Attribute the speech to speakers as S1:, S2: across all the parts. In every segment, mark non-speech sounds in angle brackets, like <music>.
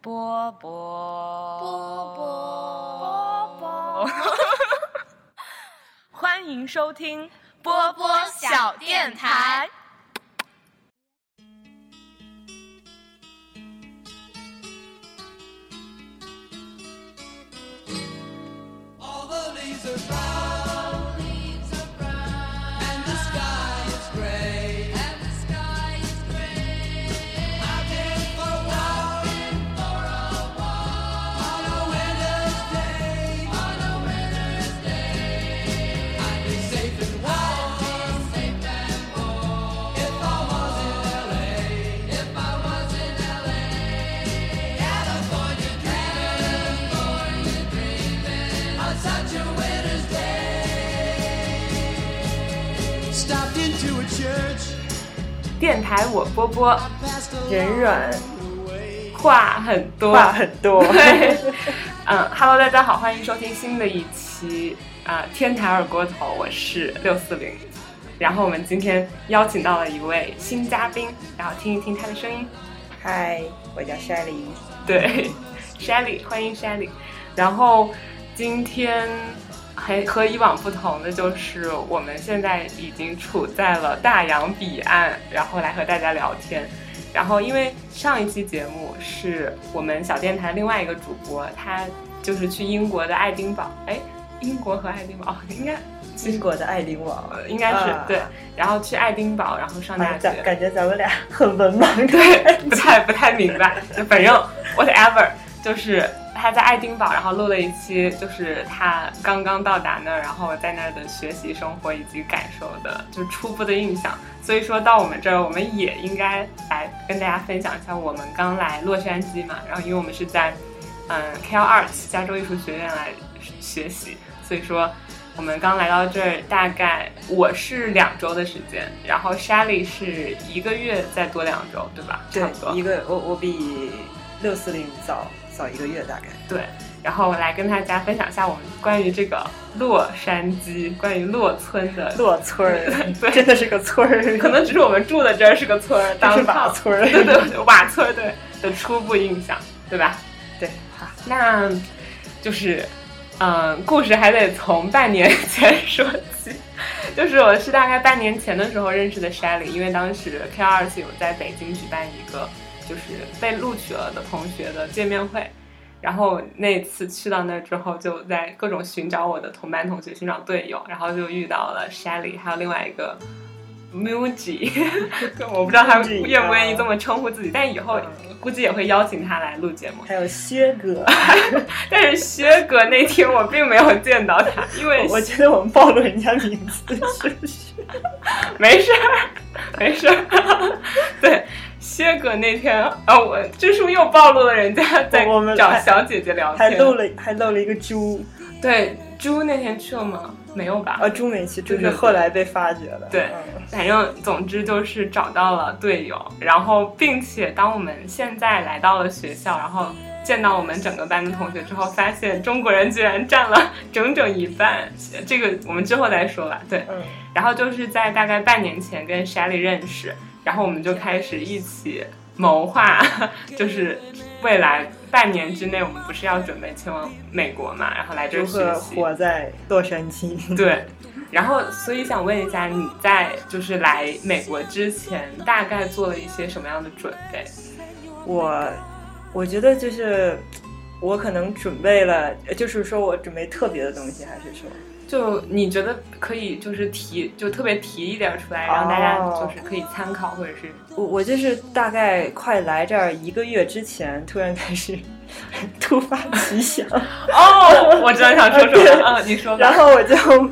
S1: 波波
S2: 波
S1: 波
S2: <laughs>
S1: 波，欢迎收听
S2: 波波小电台。
S3: All the leaves are brown. And the sky is gray. Out in for a walk. On a winter's day. I'd be safe and warm. If I was in LA. California dreaming. On such a winter's day. Stopped into a church.
S4: 电台我波波
S3: I passed a
S4: Dễ rồi.
S3: long way.
S4: 话很多，
S5: 话很多。
S4: 对，嗯，Hello，大家好，欢迎收听新的一期啊、天台二锅头，我是六四零。然后我们今天邀请到了一位新嘉宾，然后听一听他的声音。
S5: 嗨，我叫 Shelly。
S4: 对，Shelly，欢迎 Shelly。然后今天还和以往不同的就是，我们现在已经处在了大洋彼岸，然后来和大家聊天。然后因为上一期节目是我们小电台另外一个主播，他就是去英国的爱丁堡，哎，英国和爱丁堡哦，应该
S5: 英国的爱丁堡，
S4: 呃应该是、
S5: 啊
S4: 对，然后去爱丁堡，然后上大
S5: 啊
S4: 学
S5: 咱。感觉咱们俩很文盲。
S4: 对， <laughs> 不太不太明白，就反正 whatever，就是他在爱丁堡，然后录了一期，就是他刚刚到达那儿，然后在那儿的学习生活以及感受的，就是初步的印象。所以说到我们这儿，我们也应该来跟大家分享一下我们刚来洛杉矶嘛，然后因为我们是在嗯 KL Arts 加州艺术学院来学习，所以说。我们刚来到这儿，大概我是两周的时间，然后 Shelly 是一个月再多两周，对吧？差不
S5: 对，一
S4: 多。
S5: 个我我比六四零早早一个月大概。
S4: 对，然后我来跟大家分享一下我们关于这个洛杉矶、关于洛村的，
S5: 落村儿，
S4: 对
S5: 真的是个村儿，
S4: 可能只是我们住的这儿是个村儿，当
S5: 就是瓦村儿。
S4: 对对对，瓦村儿对的初步印象，对吧？
S5: 对，好，
S4: 那就是，嗯，故事还得从半年 <laughs> 前说起。就是我是大概半年前的时候认识的 Shelly，因为当时 K 二四有在北京举办一个就是被录取了的同学的见面会，然后那次去到那儿之后，就在各种寻找我的同班同学、寻找队友，然后就遇到了 Shelly，还有另外一个 Muji，我不知道他
S5: Muji，
S4: 愿不愿意
S5: 啊
S4: 这么称呼自己，但以后
S5: 嗯
S4: 估计也会邀请他来录节目。
S5: 还有薛哥，
S4: 但是薛哥那天我并没有见到他，因为
S5: 我觉得我们暴露人家名字是不是？
S4: <laughs> 没事儿，没事儿。 <laughs> 对，薛哥那天啊、我这是不是又暴露了人家在
S5: 我们
S4: 找
S5: 还
S4: 小姐姐聊
S5: 还
S4: 天？
S5: 漏了还漏了一个猪，
S4: 对，猪那天去了吗？没有吧？
S5: 啊，猪没去，猪
S4: 对对
S5: 是
S4: 对
S5: 后来被发掘的。
S4: 对
S5: 嗯
S4: 反正总之就是找到了队友，然后并且当我们现在来到了学校，然后见到我们整个班的同学之后，发现中国人居然占了 <laughs> 整整一半，这个我们之后再说吧。对，
S5: 嗯，
S4: 然后就是在大概半年前跟 Shelly 认识，然后我们就开始一起谋划， <laughs> 就是未来半年之内我们不是要准备前往美国嘛，然后来这儿
S5: 如
S4: 学
S5: 何
S4: 习。
S5: 活在洛杉矶？
S4: 对，然后所以想问一下，你在就是来美国之前，大概做了一些什么样的准备？
S5: 我我觉得就是我可能准备了，就是说我准备特别的东西，还是说
S4: 就你觉得可以就是提，就特别提一点出来，让大家
S5: 哦
S4: 就是可以参考，或者是
S5: 我我就是大概快来这儿一个月之前，突然开始 <laughs> 突发奇想，
S4: 哦，我知道你想说什么
S5: <laughs>
S4: 了，嗯，你说吧
S5: 然。后我就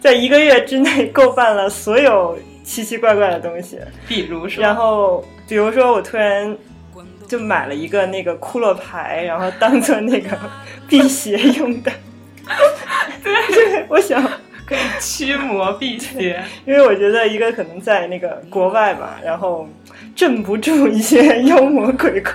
S5: 在一个月之内购办了所有奇奇怪怪的东西，
S4: 比如说，
S5: 然后比如说我突然。就买了一个那个骷髅牌，然后当做那个辟邪用的。对，我想
S4: 可以驱魔辟邪。
S5: 因为我觉得一个可能在那个国外吧，然后镇不住一些妖魔鬼怪，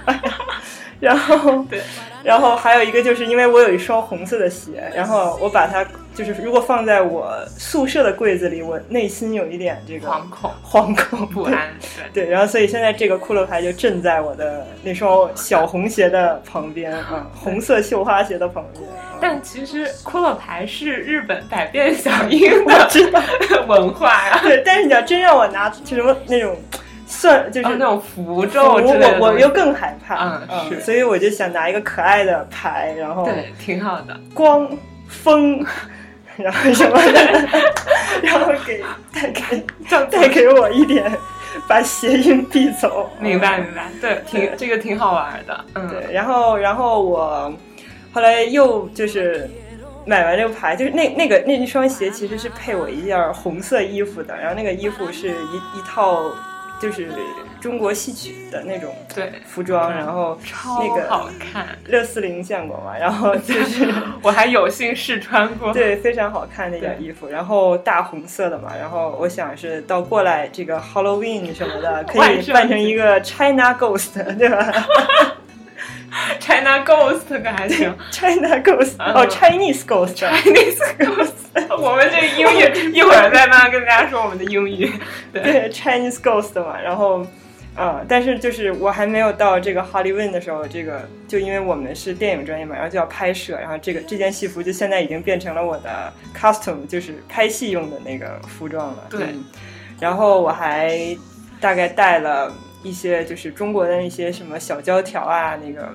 S5: <laughs> 然后
S4: 对，嗯
S5: 然后还有一个就是因为我有一双红色的鞋，然后我把它就是如果放在我宿舍的柜子里，我内心有一点这个
S4: 惶恐、
S5: 惶恐
S4: 不
S5: 对
S4: 安，对，
S5: 对，然后所以现在这个骷髅牌就正在我的那双小红鞋的
S4: <laughs>
S5: 旁边啊，红色绣花鞋的旁边。
S4: 但其实骷髅牌是日本百变小樱
S5: <laughs> 我
S4: 的
S5: 知道，
S4: 文化
S5: <laughs>
S4: 呀、
S5: 对，但是你要真让我拿就什么那种算就是、
S4: 然哦后那种符咒之类的
S5: 我
S4: 东西，
S5: 我我又更害怕，
S4: 嗯是
S5: 所以我就想拿一个可爱的牌，然后
S4: 对，挺好的。
S5: 光风， <laughs> 然后什么的，然后给带给带给我一点，把谐音避走。
S4: 明白嗯明白，对，挺这个挺好玩的，嗯，
S5: 对，然后然后我后来又就是买完这个牌，就是那那个那一双鞋其实是配我一件红色衣服的，然后那个衣服是一一套就是中国戏曲的那种
S4: 对，
S5: 服装，然后
S4: 超
S5: 那个
S4: 好看，
S5: 六四零见过嘛，然后就是。
S4: 我还有幸试穿过，
S5: <laughs> 对，非常好看那件
S4: 对
S5: 衣服，然后大红色的嘛，然后我想是到过来这个 Halloween 什么的，可
S4: 万
S5: 以
S4: 圣
S5: 扮成
S4: 节
S5: 一个 China Ghost，对吧
S4: <laughs>
S5: <laughs>
S4: ，China Ghost 可还
S5: <laughs>
S4: 行
S5: ？China Ghost，哦
S4: 嗯
S5: ，Chinese
S4: <laughs>
S5: Ghost，
S4: ，Chinese Ghost，我 <laughs> 们这英
S5: <laughs>
S4: 语一会儿再慢慢跟大家说我们的英语，对，
S5: 对 <laughs> Chinese Ghost 嘛，然后。呃，但是就是我还没有到这个 Halloween 的时候，这个就因为我们是电影专业嘛，然后就要拍摄，然后这个这件戏服就现在已经变成了我的 costume，就是拍戏用的那个服装了。
S4: 对
S5: 嗯然后我还大概带了一些就是中国的那些什么小胶条啊，那个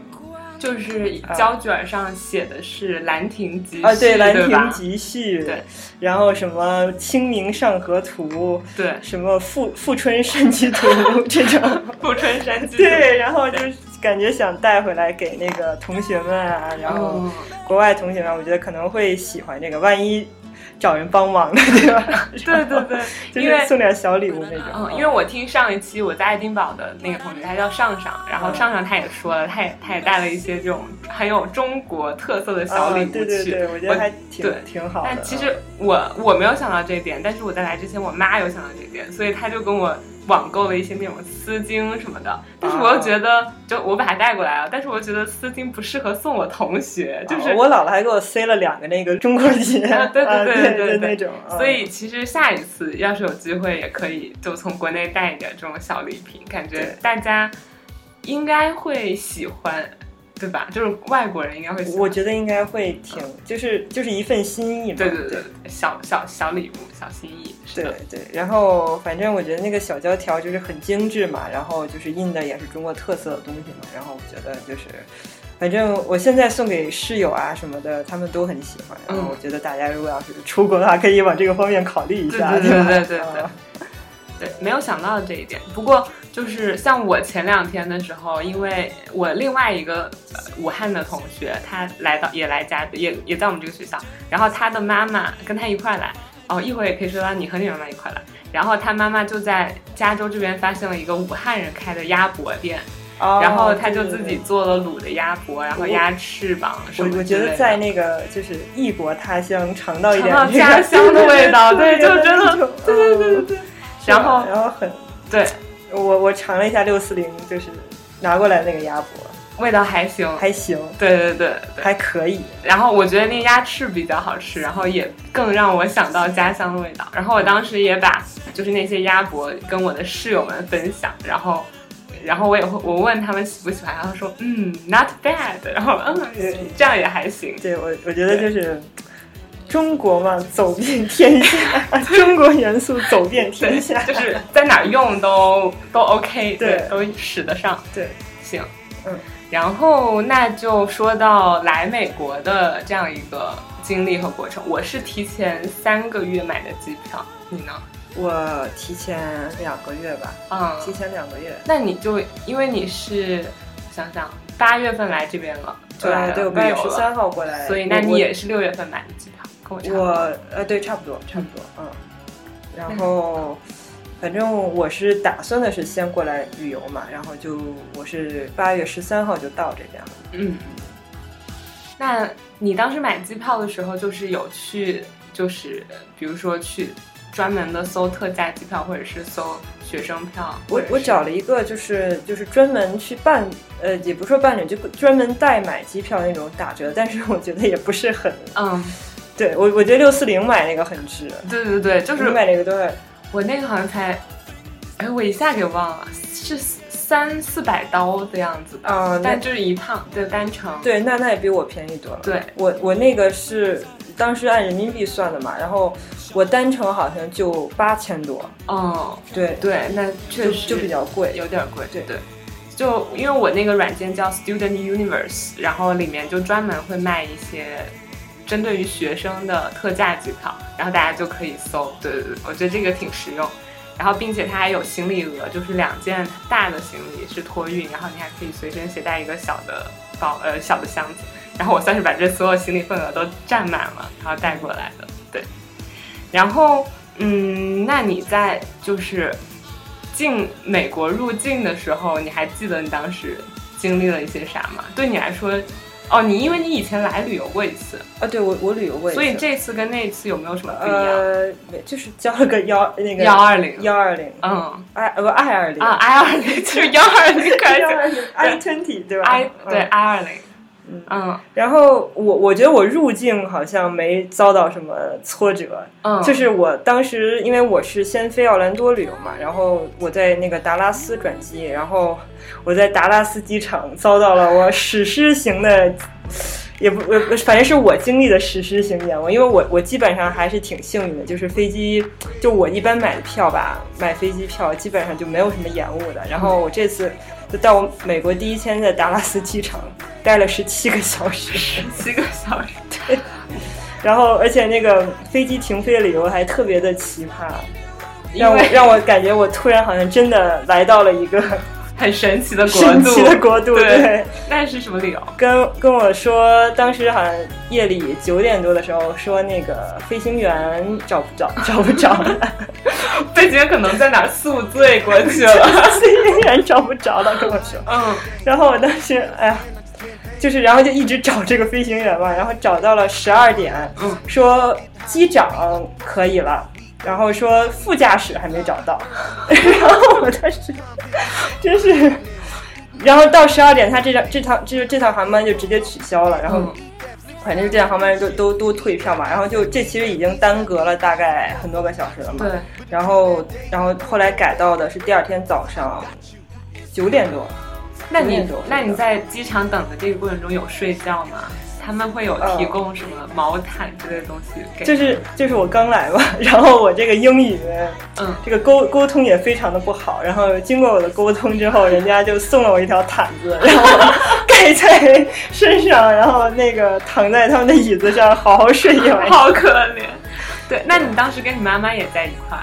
S4: 就是胶卷上写的是兰亭集序，
S5: 啊，对，《
S4: 吧
S5: 兰亭集序》
S4: 对，
S5: 然后什么《清明上河图》，
S4: <laughs> 对，
S5: 什么《富富春山居图》 <laughs> 这种。
S4: 富春山居，
S5: 对，然后就是感觉想带回来给那个同学们啊，然后
S4: 嗯，
S5: 国外同学们，啊我觉得可能会喜欢这个，万一找人帮忙呢，对吧？
S4: <laughs> <laughs> 对对对，
S5: <laughs> 就
S4: 因
S5: 是
S4: 为
S5: 送点小礼物那种。啊
S4: 嗯，因为我听上一期我在爱丁堡的那个同学，他叫上上，然
S5: 嗯
S4: 后上上他也说了，他也他也带了一些这种很有中国特色的小礼
S5: 啊
S4: 物去。
S5: 对对对，我觉得还挺
S4: 对
S5: 挺好的。啊
S4: 但其实我我没有想到这一点，但是我在来之前，我妈有想到这一点，所以她就跟我网购了一些那种丝巾什么的。但是
S5: 啊
S4: 我又觉得，就我把它带过来了，但是我觉得丝巾不适合送我同学，就是、
S5: 啊我姥姥还给我塞了两个那个
S4: <laughs>
S5: 中国结，
S4: 啊对对
S5: 啊
S4: 对
S5: 对
S4: 对对
S5: 就那种。啊
S4: 所以其实下一次要是有机会，也可以就从国内带一点这种小礼品，感觉
S5: 对
S4: 大家应该会喜欢，对吧？就是外国人应该会喜欢。
S5: 我觉得应该会挺，就是就是一份心意嘛。
S4: 对对对，对小小小礼物、小心意，是
S5: 对
S4: 的，
S5: 对，然后反正我觉得那个小胶条就是很精致嘛，然后就是印的也是中国特色的东西嘛，然后我觉得就是，反正我现在送给室友啊什么的，他们都很喜欢。
S4: 嗯
S5: 然后我觉得大家如果要是出国的话，可以往这个方面考虑一下，
S4: 对对对
S5: 吧？
S4: 对对对
S5: 啊
S4: 对，没有想到这一点。不过就是像我前两天的时候，因为我另外一个、呃武汉的同学，他来到也来家，也也在我们这个学校，然后他的妈妈跟他一块儿来，哦，一会儿也可以说到你和你妈妈一块儿来。然后他妈妈就在加州这边发现了一个武汉人开的鸭脖店，
S5: 哦
S4: 然后他就
S5: 对对
S4: 自
S5: 对
S4: 己做了卤的鸭脖，然后
S5: 我
S4: 鸭翅膀什么
S5: 我我
S4: 之
S5: 觉
S4: 类
S5: 得
S4: 的
S5: 在那个就是异国他乡尝到一点
S4: 尝到
S5: 这个
S4: 家乡的味
S5: <laughs>
S4: 道对就真的
S5: 对对对对对，
S4: 然后
S5: 是吧然后很，
S4: 对
S5: 我我尝了一下六四零，就是拿过来那个鸭脖，
S4: 味道还行，
S5: 还行，
S4: 对对对对。
S5: 还可以，
S4: 然后我觉得那鸭翅比较好吃，然后也更让我想到家乡的味道。然后我当时也把就是那些鸭脖跟我的室友们分享，然后。然后我也会，我问他们喜不喜欢，然后说，嗯，not bad，然 <laughs> 后嗯，这样也还行，
S5: 对我我觉得就是。中国嘛，走遍
S4: <laughs>
S5: 天下，中国元素走遍
S4: 对，
S5: 天下，
S4: 就是在哪儿用都都 OK，
S5: 对
S4: 都使得上，
S5: 对，
S4: 行，
S5: 嗯，
S4: 然后那就说到来美国的这样一个经历和过程，我是提前三个月买的机票，你呢？
S5: 我提前两个月吧，
S4: 嗯，
S5: 提前两个月，
S4: 那你就因为你是想想八月份来这边了，就来
S5: 呃，对
S4: 了
S5: 我八
S4: 旅
S5: 月
S4: 游
S5: 十
S4: 了，
S5: 三号过来，
S4: 所以那
S5: 我
S4: 你也是六月份买的机票，跟我差不多。
S5: 我呃，对，差不多，差不多，嗯。然后，反正我是打算的是先过来旅游嘛，然后就我是八月十三号就到这边了。
S4: 嗯，那你当时买机票的时候，就是有去，就是比如说去专门的搜特价机票，或者是搜学生票，或
S5: 我
S4: 者是
S5: 我找了一个就是就是专门去办呃，也不是说办理，就专门代买机票那种打折，但是我觉得也不是很
S4: 嗯
S5: 对我我觉得六四零买那个很值，
S4: 对对对，就
S5: 就是买那个多少？
S4: 我那个好像才，哎，我一下给忘了，是三四百刀的样子吧，
S5: 啊那
S4: 但就是一趟对单程，
S5: 对，那那也比我便宜多了。
S4: 对
S5: 我我那个是当时按人民币算的嘛，然后我单程好像就八千多，
S4: 嗯，
S5: 对，
S4: 对，那确
S5: 就
S4: 实
S5: 就比较贵。
S4: 有点贵，
S5: 对
S4: 对。就因为我那个软件叫 Student Universe，然后里面就专门会卖一些针对于学生的特价机票，然后大家就可以搜。对对对，我觉得这个挺实用。然后，并且它还有行李额，就是两件大的行李是托运，然后你还可以随身携带一个小的包，呃，小的箱子。然后我算是把这所有行李份额都占满了，然后带过来的。对，然后嗯，那你在就是进美国入境的时候，你还记得你当时经历了一些啥吗？对你来说，哦，你因为你以前来旅游过一次，
S5: 啊，对我我旅游过一次，
S4: 所以这次跟那次有没有什么不一样？
S5: 呃没就是交了个幺那个
S4: 幺二零，
S5: 幺二零，
S4: 嗯
S5: ，i 呃不 i 二零
S4: 啊，I <laughs> 二零就是幺二零 <laughs> 开
S5: 幺二
S4: 始
S5: <laughs> 零啊 i twenty 对吧
S4: ，I
S5: 嗯
S4: 对 I 二零
S5: 嗯，
S4: 嗯
S5: 然后我我觉得我入境好像没遭到什么挫折，
S4: 嗯，
S5: 就是我当时因为我是先飞奥兰多旅游嘛，然后我在那个达拉斯转机，然后我在达拉斯机场遭到了我史诗型的，也不我我反正是我经历的史诗型演我因为我我基本上还是挺幸运的，就是飞机就我一般买的票吧，买飞机票基本上就没有什么延误的，然后我这次。就到美国第一天，在达拉斯机场待了十七个小时，
S4: 七个 <laughs> 小时，
S5: 然后而且那个飞机停飞的理由还特别的奇葩，
S4: 因
S5: 让我
S4: 为
S5: 让我感觉我突然好像真的来到了一个
S4: 很神奇的国
S5: 神
S4: 度
S5: 奇，的国度。
S4: 对
S5: 对，
S4: 那是什么理由？ <laughs>
S5: 跟跟我说，当时好像夜里九点多的时候说那个飞行员找不着，找不着，
S4: 飞行员可能在哪儿宿醉过去
S5: <laughs>
S4: 了，
S5: 飞行员找不着了，跟我说。
S4: 嗯。
S5: 然后我当时哎呀，就是然后就一直找这个飞行员嘛，然后找到了十二点，
S4: 嗯
S5: 说机长可以了。然后说副驾驶还没找到， <laughs> 然后我当时真是，然后到十二点，他这趟这趟这这趟航班就直接取消了，然后
S4: 嗯
S5: 反正这两航班都都都退票嘛，然后就这其实已经耽搁了大概很多个小时了嘛。
S4: 对。
S5: 然后，然后后来改到的是第二天早上九点多。
S4: 那
S5: 有
S4: 你
S5: 点多
S4: 那你在机场等的这个过程中有睡觉吗？他们会有
S5: 嗯
S4: 提供什么毛毯之类的东西给？
S5: 就是就是我刚来嘛，然后我这个英语，
S4: 嗯，
S5: 这个沟沟通也非常的不好。然后经过我的沟通之后，人家就送了我一条毯子，然后盖在身上，然后那个躺在他们的椅子上好好睡一
S4: <laughs>
S5: 晚。
S4: 好可怜。对，那你当时跟你妈妈也在一块儿，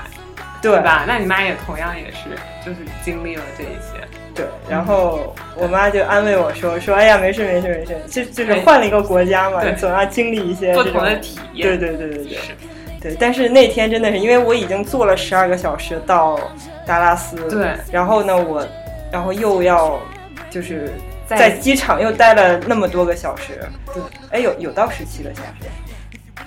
S5: 对吧？
S4: 吧？那你妈也同样也是，就是经历了这一切。
S5: 对，然后我妈就安慰我说：“说哎呀，没事没事没事，就就是
S4: 对
S5: 换了一个国家嘛，
S4: 对
S5: 你总要经历一些
S4: 不
S5: 这
S4: 同的
S5: 种
S4: 体
S5: 对
S4: 验
S5: 对对对对
S4: 是
S5: 对。但是那天真的是，因为我已经坐了十二个小时到达拉斯，
S4: 对
S5: 然后呢我，然后又要就是
S4: 在
S5: 在机场又待了那么多个小时，
S4: 对，
S5: 哎有有到十七个小时。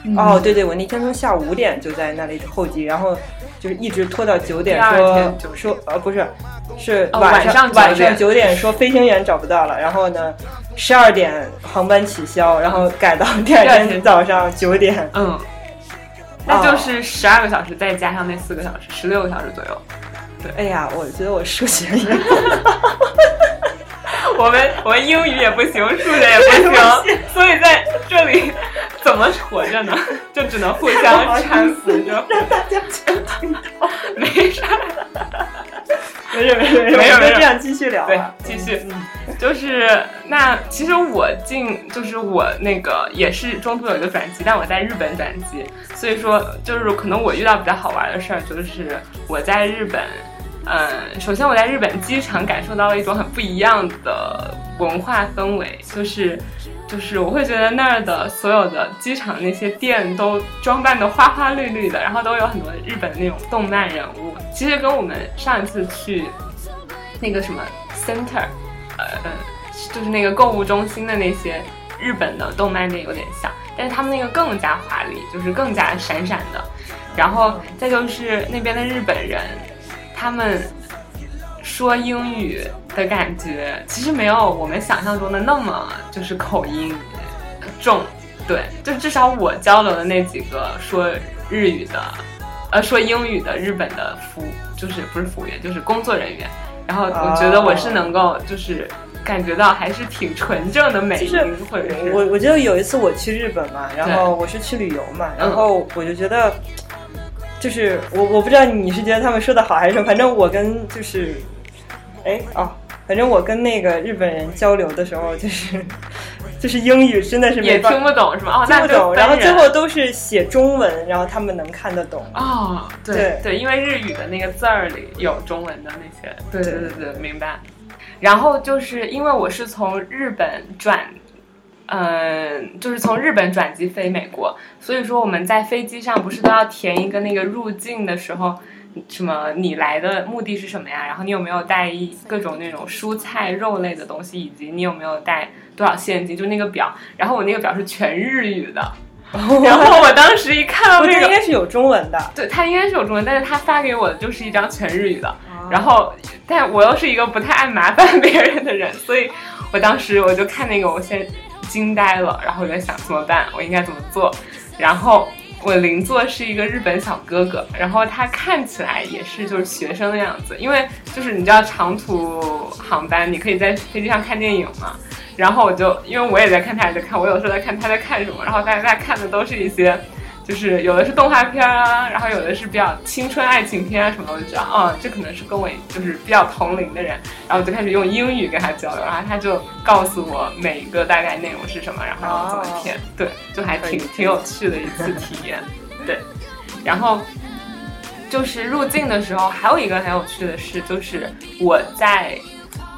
S4: 嗯
S5: 哦，对对，我那天从下午五点就在那里候机，然后就是一直拖到九点
S4: 第二天
S5: 说
S4: 9点
S5: 说呃不是，是
S4: 哦
S5: 晚
S4: 晚上9点
S5: 晚上九点说飞行员找不到了，然后呢十二点航班取消，然后改到第二
S4: 第二
S5: 天
S4: 天
S5: 早上九点。
S4: 嗯，那
S5: 哦
S4: 就是十二个小时，再加上那四个小时，十六个小时左右。 <laughs>
S5: 哎呀，我觉得我数学 <laughs> 也不
S4: 我们我们英语也不行，数学也不
S5: 对不
S4: 行，所以在这里怎么活着呢？就只能互
S5: <laughs>
S4: 相搀扶着。
S5: 大家觉得
S4: 没事儿，
S5: 没事没事
S4: 没事
S5: 我们
S4: 没
S5: 就
S4: 事
S5: 这样继续聊
S4: 对
S5: 吧，。
S4: 继续， <laughs> 就是那其实我进就是我那个也是中途有一个转机，但我在日本转机，所以说就是可能我遇到比较好玩的事儿就是我在日本，嗯，首先我在日本机场感受到了一种很不一样的文化氛围，就是。就是我会觉得那儿的所有的机场那些店都装扮的花花绿绿的，然后都有很多日本的那种动漫人物。其实跟我们上一次去那个什么 center，呃，呃就是那个购物中心的那些日本的动漫店有点像，但是他们那个更加华丽，就是更加闪闪的。然后再就是那边的日本人，他们说英语的感觉，其实没有我们想象中的那么就是口音重，对，就至少我交流的那几个说日语的，呃，说英语的日本的服，就是不是服务员，就是工作人员。然后我觉得我是能够，就是感觉到还是挺纯正的美
S5: 就是
S4: 音，或者是
S5: 我我记得有一次我去日本嘛，然后我是去旅游嘛，
S4: 嗯
S5: 然后我就觉得，就是我我不知道你是觉得他们说的好还是什么，反正我跟就是，哎哦，反正我跟那个日本人交流的时候，就是就是英语真的是没
S4: 也
S5: 办
S4: 听
S5: 法
S4: 不懂是吗？哦，
S5: 听
S4: 那
S5: 不
S4: 就
S5: 懂，然后
S4: 翻
S5: 最
S4: 人
S5: 后都是写中文，然后他们能看得懂。
S4: 哦，
S5: 对
S4: 对对，因为日语的那个字儿里有中文的那些，对
S5: 对
S4: 对对对，明白。然后就是因为我是从日本转，嗯，就是从日本转机飞美国，所以说我们在飞机上不是都要填一个那个入境的时候，什么你来的目的是什么呀？然后你有没有带一各种那种蔬菜肉类的东西，以及你有没有带多少现金，就那个表。然后我那个表是全日语 <laughs> 的，然后我当时一看到
S5: 不
S4: 那
S5: 是
S4: 个
S5: 应。该是有中文的，
S4: 对，它应该是有中文，但是他发给我的就是一张全日语的。然后，但我又是一个不太爱麻烦别人的人，所以我当时我就看那个，我先惊呆了，然后我在想怎么办，我应该怎么做。然后我邻座是一个日本小哥哥，然后他看起来也是就是学生的样子，因为就是你知道长途航班，你可以在飞机上看电影嘛。然后我就因为我也在看，他也在看，我有时候在看他在看什么，然后大家看的都是一些。就是有的是动画片儿啊，然后有的是比较青春爱情片啊什么的，我就知道，哦，这可能是跟我就是比较同龄的人，然后我就开始用英语跟他交流，然后他就告诉我每一个大概内容是什么，然后让我怎么填，对，就还挺
S5: 可以
S4: 挺有趣的一次体验，对，然后。就是入境的时候，还有一个很有趣的事，就是我在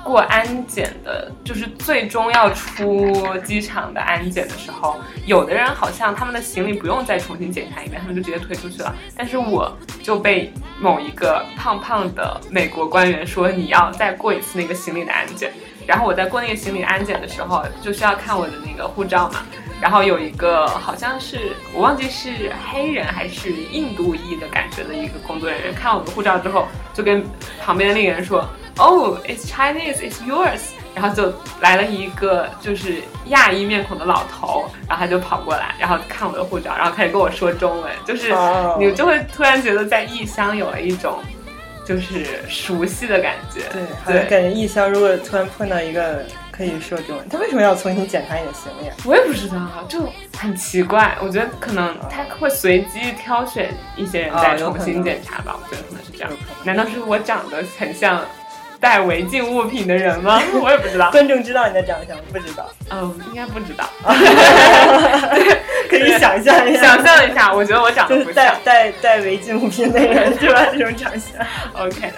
S4: 过安检的，就是最终要出机场的安检的时候，有的人好像他们的行李不用再重新检查一遍，他们就直接推出去了。但是我就被某一个胖胖的美国官员说你要再过一次那个行李的安检。然后我在过那个行李安检的时候，就需要看我的那个护照嘛。然后有一个好像是我忘记是黑人还是印度裔的感觉的一个工作人员，看我的护照之后，就跟旁边的那个人说：“Oh, it's Chinese, it's yours。”然后就来了一个就是亚裔面孔的老头，然后他就跑过来，然后看我的护照，然后开始跟我说中文，就是
S5: 哦
S4: 你就会突然觉得在异乡有了一种就是熟悉的感觉，
S5: 对，好像
S4: 对，
S5: 感觉异乡如果突然碰到一个可以说中文，他为什么要重新检查你的行李啊？
S4: 我也不知道，就很奇怪。我觉得可能他会随机挑选一些人
S5: 啊
S4: 再重新检查吧，我觉得可能是这样
S5: 有可能。
S4: 难道是我长得很像带违禁物品的人
S5: <laughs>
S4: 吗？我也不知道，
S5: 观众知道你的长相不知道， <laughs>
S4: 嗯，应该不知道。
S5: 可以想象一下，
S4: 想象一下，我觉得我长
S5: 就
S4: 得
S5: 是
S4: 不像
S5: 带。带带违禁物品的
S4: <laughs>
S5: 人是吧？这种长相，
S4: OK，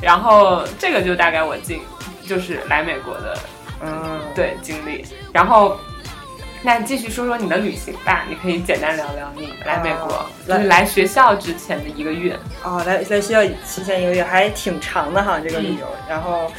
S4: 然后这个就大概我进就是来美国的
S5: 嗯，
S4: 对经历，然后。那继续说说你的旅行吧，你可以简单聊聊你来美国，
S5: 哦
S4: 就是来学校之前的一个
S5: <laughs>
S4: 月。
S5: 哦，来来学校提前一个月还挺长的哈，这个旅游。然后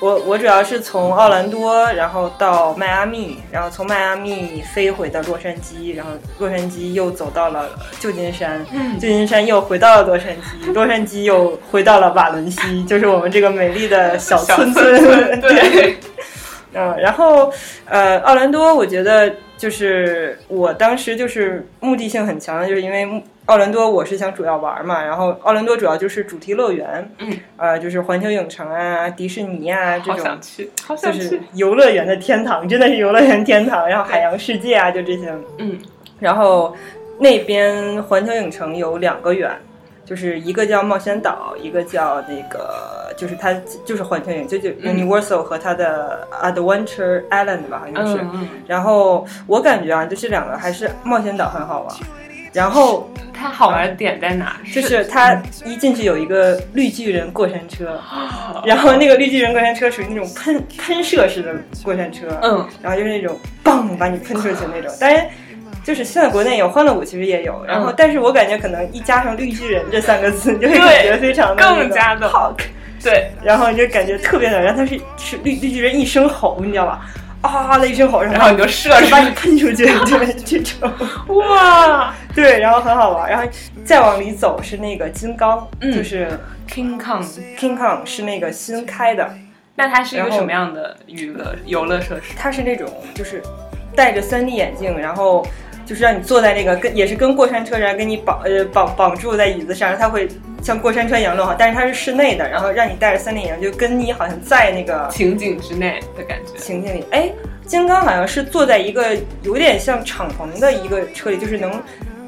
S5: 我我主要是从奥兰多，然后到迈阿密，然后从迈阿密飞回的洛杉矶，然后洛杉矶又走到了旧金山，
S4: 嗯
S5: 旧金山又回到了洛杉矶，洛杉矶又回到了瓦伦西，就是我们这个美丽的小村
S4: 村村
S5: <laughs>
S4: 对，
S5: 嗯，然后呃，奥兰多，我觉得就是我当时就是目的性很强，就是因为目奥兰多我是想主要玩嘛，然后奥兰多主要就是主题乐园，
S4: 嗯，
S5: 呃，就是环球影城啊、迪士尼啊这
S4: 好
S5: 种
S4: 想，去，好
S5: 就
S4: 想
S5: 是
S4: 去。
S5: 游乐园的天堂，真的是游乐园天堂，然后海洋世界啊，就这些，
S4: 嗯，
S5: 然后那边环球影城有两个园，就是一个叫冒险岛，一个叫那个就是它就是环球影，就就
S4: 嗯
S5: Universal 和它的 Adventure Island 吧，好像是。
S4: 嗯嗯，
S5: 然后我感觉啊，就这两个还是冒险岛很好玩。然后
S4: 它好玩的点在哪？
S5: 就是它一进去有一个绿巨人过山车，
S4: 啊
S5: 然后那个绿巨人过山车属于那种喷喷射式的过山车，
S4: 嗯，
S5: 然后就是那种嘣把你喷出去那种。当然，就是现在国内有欢乐谷，其实也
S4: 嗯
S5: 有。然后，但是我感觉可能一加上“绿巨人”这三个字，你就会感觉非常的那种
S4: 更加的
S5: talk，
S4: 对，
S5: 然后你就感觉特别的，然后它是是绿绿巨人一声吼，你知道吧？啊的一声吼，然
S4: 然后
S5: 后
S4: 你就射
S5: 就
S4: 出
S5: 把你喷出去，对这种。
S4: 去， <laughs> 哇
S5: 对，然后很好玩。然后再往里走是那个金刚，
S4: 嗯
S5: 就是
S4: ，King Kong。
S5: King Kong 是那个新开的，
S4: 那它是一
S5: 然
S4: 个
S5: 后
S4: 什么样的娱乐游乐设施？
S5: 它是那种就是戴着 3D 眼镜，然后就是让你坐在那个跟也是跟过山车，然后给你绑呃绑绑住在椅子上，然后它会像过山车一样弄好，但是它是室内的，然后让你戴着三顶眼镜，就跟你好像在那个
S4: 情景之内的感觉。
S5: 情境里，哎，金刚好像是坐在一个有点像敞篷的一个车里，就是能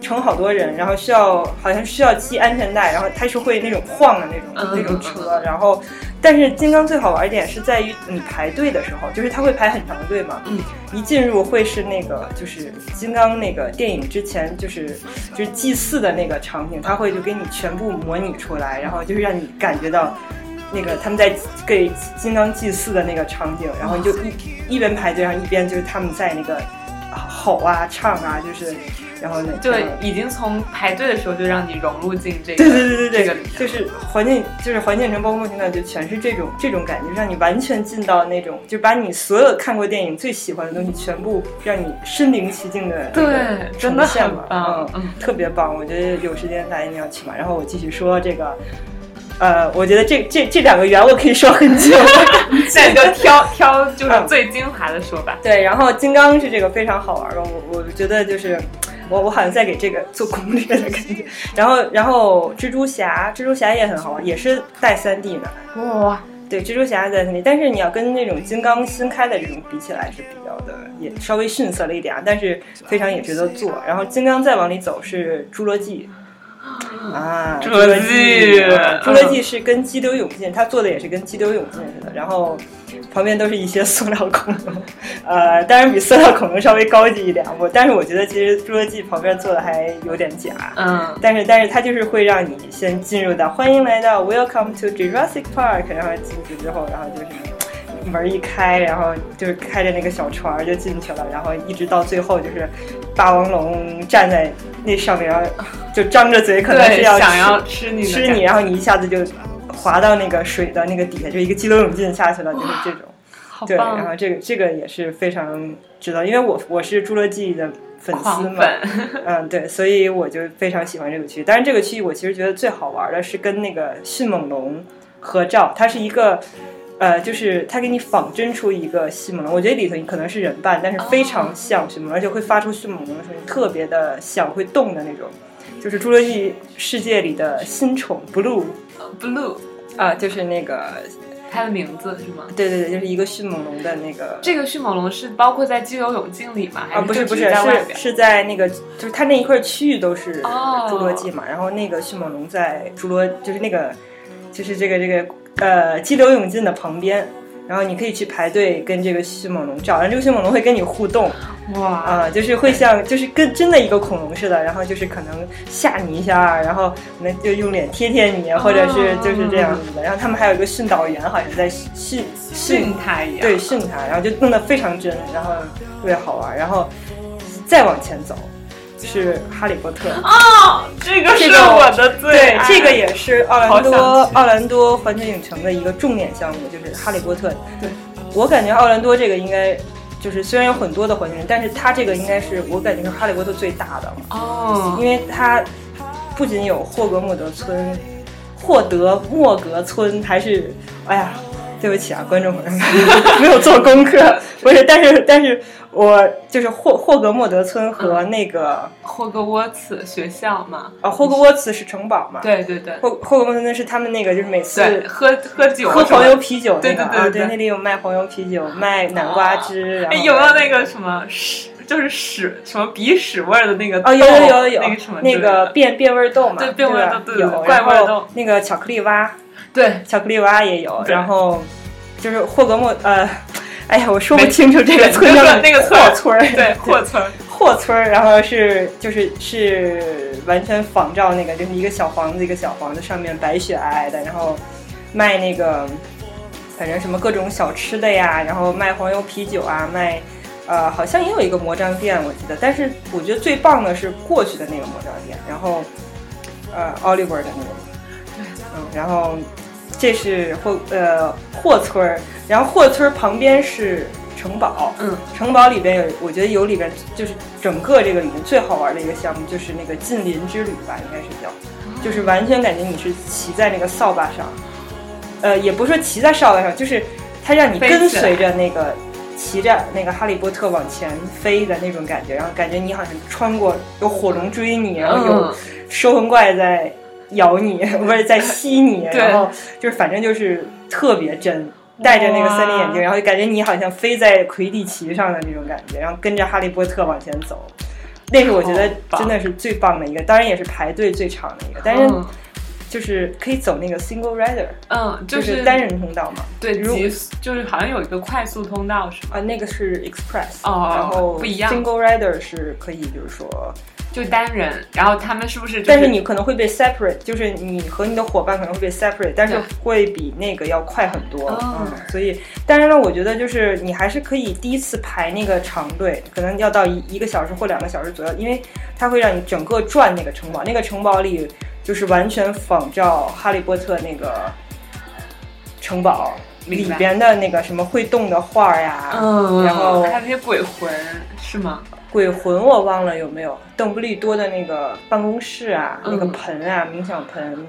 S5: 乘好多人，然后需要好像需要系安全带，然后它是会那种晃的那种、
S4: 嗯
S5: 那种车，然后但是金刚最好玩一点是在于你排队的时候，就是它会排很长的队嘛，
S4: 嗯，
S5: 一进入会是那个就是金刚那个电影之前就是就是祭祀的那个场景，它会就给你全部模拟出来，然后就是让你感觉到。那个他们在给金刚祭祀的那个场景，然后你就一一边排队，然后一边就是他们在那个吼啊、唱啊，就是然后那
S4: 就
S5: 然后
S4: 已经从排队的时候就让你融入进这个
S5: 对对对
S4: 这
S5: 对
S4: 个
S5: 对
S4: 里，面
S5: 就是环境，就是环境城包括梦情感，就全是这种这种感觉，让你完全进到那种，就把你所有看过电影最喜欢的东西，全部让你身临其境的那个
S4: 对，真
S5: 呈
S4: 的
S5: 现
S4: 很
S5: 嘛
S4: 棒，
S5: 嗯
S4: 嗯，
S5: 特别棒。我觉得有时间大家一定要去买。然后我继续说这个，呃，我觉得这这这两个园我可以说很
S4: <laughs>
S5: 久。
S4: 那你就嗯挑 <laughs> 挑就是最精华的说吧。
S5: 对，然后金刚是这个非常好玩儿吧，我我觉得就是。我我好像在给这个做攻略的感觉，然后然后蜘蛛侠，蜘蛛侠也很好玩，也是带三 D 的，
S4: 哇，
S5: 对，蜘蛛侠在那里，但是你要跟那种金刚新开的这种比起来是比较的，也稍微逊色了一点啊，但是非常也值得做。然后金刚再往里走是侏罗纪。
S4: 哦
S5: 啊，
S4: 侏罗纪嗯
S5: 啊侏罗纪是跟激流勇进，他做的也是跟激流勇进似的，然后旁边都是一些塑料恐龙，呃，当然比塑料恐龙稍微高级一点。我但是我觉得其实侏罗纪旁边做的还有点假，
S4: 嗯，
S5: 但是但是它就是会让你先进入到欢迎来到 Welcome to Jurassic Park，然后进去之后，然后就是门一开，然后就是开着那个小船就进去了，然后一直到最后就是霸王龙站在那上面，然后就张着嘴，可能是
S4: 对，
S5: 要
S4: 想
S5: 吃
S4: 要吃你的
S5: 吃
S4: 感
S5: 你，
S4: 觉
S5: 然后你一下子就滑到那个水的那个底下，就一个激流勇进下去
S4: <laughs>
S5: 了，就是这种。
S4: 好
S5: 对，然
S4: 棒，
S5: 后这个这个也是非常值得，因为我我是侏罗纪的粉丝
S4: 狂
S5: 嘛，
S4: 粉， <laughs>
S5: 嗯，对，所以我就非常喜欢这个区域。但是这个区域我其实觉得最好玩的是跟那个迅猛龙合照，它是一个。呃，就是它给你仿真出一个迅猛龙，我觉得里头可能是人扮，但是非常像迅猛龙，而且会发出迅猛龙的声音，特别的像，会动的那种，就是侏罗纪世界里的新宠 Blue
S4: 呃 blue，
S5: 啊、就是那个，
S4: 它的名字是吗？
S5: 对对对，就是一个迅猛龙的那个
S4: 这个迅猛龙是包括在激流勇进里吗？还
S5: 啊，不
S4: 哦是
S5: 是
S4: 就
S5: 不
S4: 只
S5: 是，
S4: 在外
S5: 是
S4: 边？
S5: 是在那个，就是它那一块区域都是呃
S4: 哦
S5: 侏罗纪嘛，然后那个迅猛龙在侏罗，就是那个，就是这个这个呃激流勇进的旁边，然后你可以去排队跟这个迅猛龙照，然后这个迅猛龙会跟你互动
S4: 哇，
S5: 啊、就是会像就是跟真的一个恐龙似的，然后就是可能吓你一下，啊然后可能就用脸贴贴你，啊或者
S4: 哦
S5: 是就是这样子的，然后他们还有一个训导员好像在训训
S4: 嗯训它一样，
S5: 对，训它，然后就弄得非常真，然后特别好玩儿，然后再往前走是哈利波特，
S4: 哦这个
S5: 这
S4: 是
S5: 个
S4: 我的最
S5: 对
S4: 爱，，
S5: 这个也是奥兰
S4: 好想
S5: 多
S4: 去
S5: 奥兰多环球影城的一个重点项目，就是哈利波特。对，我感觉奥兰多这个应该就是虽然有很多的环球影城，但是它这个应该是我感觉是哈利波特最大的了，
S4: 哦，
S5: 因为它不仅有霍格莫德村，霍德莫格村还是，哎呀，对不起啊，观众朋
S4: <laughs>
S5: 友们，没有做功课，不是，但是但是我就是霍霍格莫德村和那个、
S4: 霍格沃茨学校嘛，
S5: 啊霍格沃茨是城堡嘛，，
S4: 嗯对对对
S5: 霍霍格莫德村是他们那个就是每次
S4: 对，。喝喝酒
S5: 喝
S4: 什么
S5: 黄油啤酒那个
S4: 对对对
S5: 啊，
S4: 对
S5: 对，那里有卖黄油啤酒，卖南瓜汁，然
S4: 哎，
S5: 后
S4: 有没有那个什么屎，就是屎什么鼻屎味儿的那个豆？
S5: 哦，有有有有
S4: 那个什么
S5: 那个变变味儿豆嘛，
S4: 对变味儿豆
S5: 对
S4: 对
S5: 吧
S4: 对
S5: 有
S4: 怪味儿
S5: 然后
S4: 豆
S5: 那个巧克力蛙，
S4: 对
S5: 巧克力蛙也有，
S4: 对
S5: 然后就是霍格莫呃， <laughs> 哎呀，我说不清楚这个村
S4: 就
S5: 叫
S4: 是那个村儿
S5: 霍村 <laughs> 儿，
S4: 对霍村儿，
S5: 霍村儿，然后是就是是完全仿照那个，就是一个小房子一个小房子，上面白雪皑皑的，然后卖那个反正什么各种小吃的呀，然后卖黄油啤酒啊，卖。呃，好像也有一个魔杖店，我记得，但是我觉得最棒的是过去的那个魔杖店，然后，呃，Oliver 的那个，嗯，然后这是霍呃霍村儿，然后霍村儿旁边是城堡，
S4: 嗯，
S5: 城堡里边有，我觉得有里边就是整个这个里面最好玩的一个项目就是那个近邻之旅吧，应该是叫，
S4: 哦
S5: 就是完全感觉你是骑在那个扫把上，呃，也不是说骑在扫把上，就是它让你
S4: 飞起来
S5: 跟随着那个骑着那个哈利波特往前飞的那种感觉，然后感觉你好像穿过有火龙追你，然后有
S4: 嗯，
S5: 收魂怪在咬你， <laughs> 不是在吸你，
S4: 对
S5: 然后就是反正就是特别真。戴着那个森林眼镜，
S4: 哇
S5: 然后就感觉你好像飞在魁地奇上的那种感觉，然后跟着哈利波特往前走，那是我觉得
S4: 好棒
S5: 真的是最棒的一个，当然也是排队最长的一个，但是
S4: 嗯
S5: 就是可以走那个 single rider，
S4: 嗯，
S5: 就
S4: 就是
S5: 单人通道嘛，
S4: 对，
S5: 如
S4: 急速就是好像有一个快速通道是吗？
S5: 啊，那个是 express，、
S4: 哦
S5: 然后
S4: 不一样
S5: single rider 是可以，就是说，
S4: 就单人，然后他们是不是、就是？
S5: 但是你可能会被 separate，就是你和你的伙伴可能会被 separate，但是
S4: 对
S5: 会比那个要快很多，
S4: 哦
S5: 嗯，所以当然了，我觉得就是你还是可以第一次排那个长队，可能要到一一个小时或两个小时左右，因为它会让你整个转那个城堡，那个城堡里就是完全仿照哈利波特那个城堡里
S4: 明白
S5: 边的那个什么会动的画儿呀，
S4: 嗯，
S5: 然后
S4: 还有那些鬼魂是吗？
S5: 鬼魂我忘了有没有，邓布利多的那个办公室啊，
S4: 嗯
S5: 那个盆啊，冥想
S4: <laughs>
S5: 盆，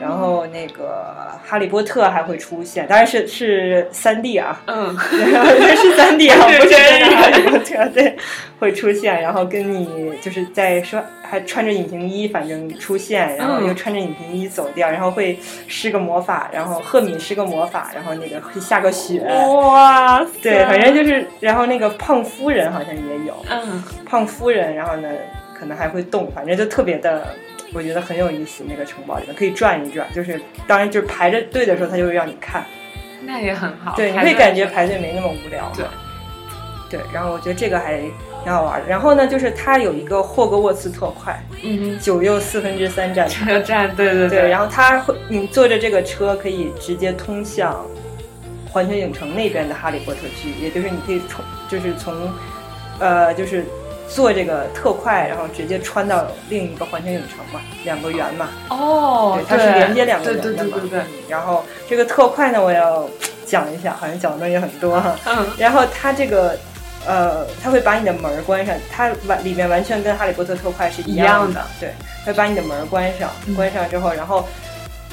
S5: 然后那个哈利波特还会出现，当然是是三 D 啊， <laughs>
S4: 嗯，
S5: 是三 D 啊，
S4: 是
S5: 不是真
S4: 真
S5: 的
S4: 人
S5: 哈利波特，对，会出现，然后跟你就是在说，还穿着隐形衣，反正出现，然后
S4: 嗯
S5: 又穿着隐形衣走掉，然后会施个魔法，然后赫敏施个魔法，然后那个会下个雪，
S4: 哇塞，
S5: 对，反正就是，然后那个胖夫人好像也有。
S4: 嗯，
S5: 胖夫人，然后呢，可能还会动，反正就特别的，我觉得很有意思。那个城堡里面可以转一转，就是当然就是排着队的时候，他就会让你看，
S4: 那也很好，
S5: 对，你
S4: 还
S5: 会
S4: 能
S5: 感觉啊排队没那么无聊。
S4: 对，
S5: 对，然后我觉得这个还挺好玩的。然后呢，就是它有一个霍格沃茨特快，
S4: 嗯，
S5: 九又四分之三站
S4: 车站，对对
S5: 对，然后它会，你坐着这个车可以直接通向环球影城那边的哈利波特区，也就是你可以从，就是从，呃，就是坐这个特快，然后直接穿到另一个环球影城嘛，两个园嘛，
S4: 哦
S5: 对，，它是连接两个
S4: 对
S5: 园
S4: 对
S5: 的
S4: 对
S5: 嘛。
S4: 对对，
S5: 然后这个特快呢，我要讲一下，好像讲的东西很多哈。
S4: 嗯，
S5: 然后它这个。呃，它会把你的门儿关上，它完里面完全跟《哈利波特》特快是一样
S4: 一样的
S5: 对，会把你的门儿关上，关上之后，然后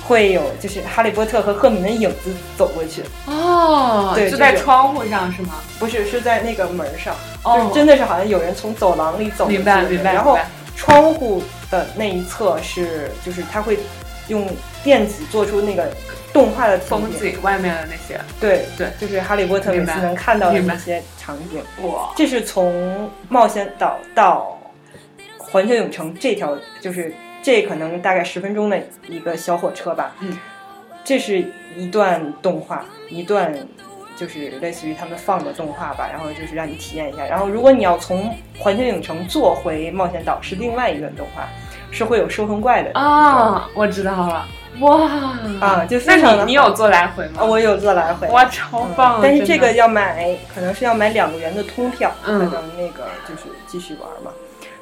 S5: 会有就是哈利波特和赫敏的影子走过去，
S4: 哦，
S5: 对
S4: 就在
S5: 就是
S4: 窗户上是吗？
S5: 不是是在那个门儿上，就是
S4: 哦，
S5: 真的是好像有人从走廊里走过去，
S4: 明白明白，
S5: 然后
S4: 明白
S5: 窗户的那一侧是就是它会用电子做出那个动画的
S4: 风景外面的那些，
S5: 对
S4: 对
S5: 就是哈利波特每
S4: 明白
S5: 次能看到的
S4: 明白
S5: 那些场景。
S4: 哇，
S5: 这是从冒险岛到环球影城这条，就是这可能大概十分钟的一个小火车吧。
S4: 嗯，
S5: 这是一段动画，一段就是类似于他们放的动画吧，然后就是让你体验一下。然后如果你要从环球影城坐回冒险岛，是另外一段动画，是会有收魂怪的
S4: 啊，我知道了，哇，
S5: 啊，就
S4: 那
S5: 非常的
S4: 你你有做来回
S5: 啊，
S4: 吗？
S5: 我有做来回。
S4: 哇，超
S5: 嗯
S4: 棒！
S5: 但是
S4: 真
S5: 这
S4: 的
S5: 个要买，可能是要买两个元的通票，
S4: 嗯
S5: 才能那个就是继续玩嘛。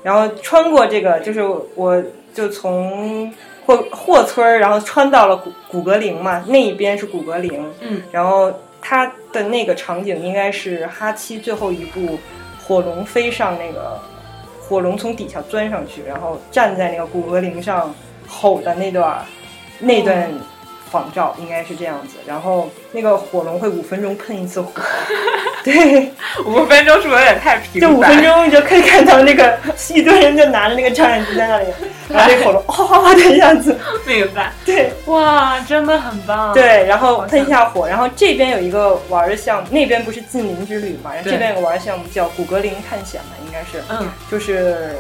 S5: 然后穿过这个，就是我就从霍霍村儿，然后穿到了古古格陵嘛，那一边是古格陵，
S4: 嗯，
S5: 然后它的那个场景应该是哈七最后一部火龙飞上那个火龙从底下钻上去，然后站在那个骨骼陵上吼的那段儿那
S4: 嗯
S5: 段仿照应该是这样子。然后那个火龙会五分钟喷一次火， <laughs> 对，
S4: 五分钟是不是有点太频繁？
S5: 就五分钟你就可以看到那个一堆人就拿着那个照相机在那里，然后那火龙哗哗哗的样子，
S4: 明白？
S5: 对。
S4: 哇，真的很棒！，
S5: 对，然后喷一下火，然后这边有一个玩的项目，那边不是近邻之旅嘛，然后
S4: 对
S5: 这边有个玩的项目叫古格陵探险嘛，应该是，
S4: 嗯，
S5: 就是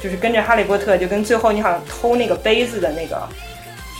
S5: 就是跟着哈利波特，就跟最后你好像偷那个杯子的那个。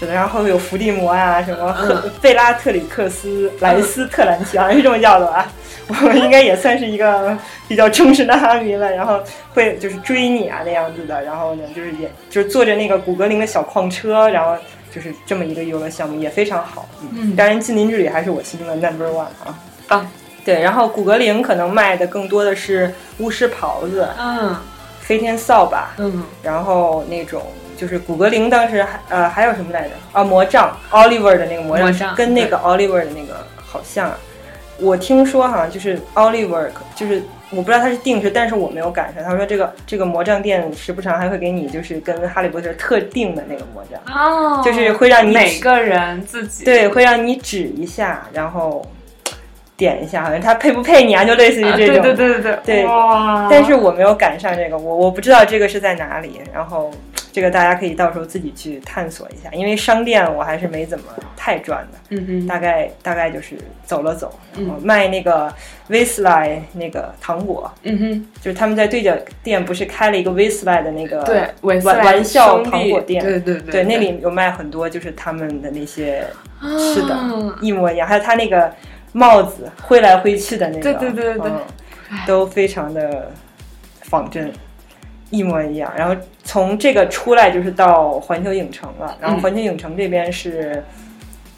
S5: 是的，然后有伏地魔啊，什么赫贝拉特里克斯、莱斯特兰奇，好像是这么叫的吧？ <laughs> 我们应该也算是一个比较忠实的哈迷了。然后会就是追你啊那样子的，然后呢，就是也就是坐着那个古格陵的小矿车，然后就是这么一个游乐项目也非常好。
S4: 嗯
S5: 当然近邻之旅还是我心中的 number one 啊。
S4: 棒。
S5: 对，然后古格陵可能卖的更多的是巫师袍子、
S4: 嗯
S5: 飞天扫把，
S4: 嗯，
S5: 然后那种就是古格陵当时还呃还有什么来着啊魔杖，Oliver 的那个魔杖，
S4: 魔杖
S5: 跟那个 Oliver 的那个好像啊。我听说好像就是 Oliver 可就是我不知道他是定制，但是我没有赶上。他说这个这个魔杖店时不常还会给你就是跟哈利波特特定的那个魔杖，
S4: 哦，
S5: 就是会让你
S4: 每个人自己
S5: 对，会让你指一下，然后点一下，好像他配不配你啊，就类似于
S4: 啊
S5: 这
S4: 对
S5: 种。
S4: 对对对
S5: 对
S4: 哇！
S5: 但是我没有赶上这个，我我不知道这个是在哪里，然后这个大家可以到时候自己去探索一下，因为商店我还是没怎么太转的，
S4: 嗯
S5: 大概大概就是走了走，
S4: 嗯
S5: 然后卖那个 v i s l i 那个糖果，
S4: 哼嗯哼，
S5: 就是他们在对角店不是开了一个 v i s l i 的那个
S4: 对，韦斯
S5: 玩
S4: 莱
S5: 玩笑
S4: 兄弟
S5: 糖果店，
S4: 对对
S5: 对，
S4: 对，
S5: 那里有卖很多就是他们的那些
S4: 啊
S5: 吃的，一模一样，还有他那个帽子挥来挥去的那个，
S4: 对对对对对哎
S5: 嗯都非常的仿真，一模一样。然后从这个出来就是到环球影城了，
S4: 嗯
S5: 然后环球影城这边是。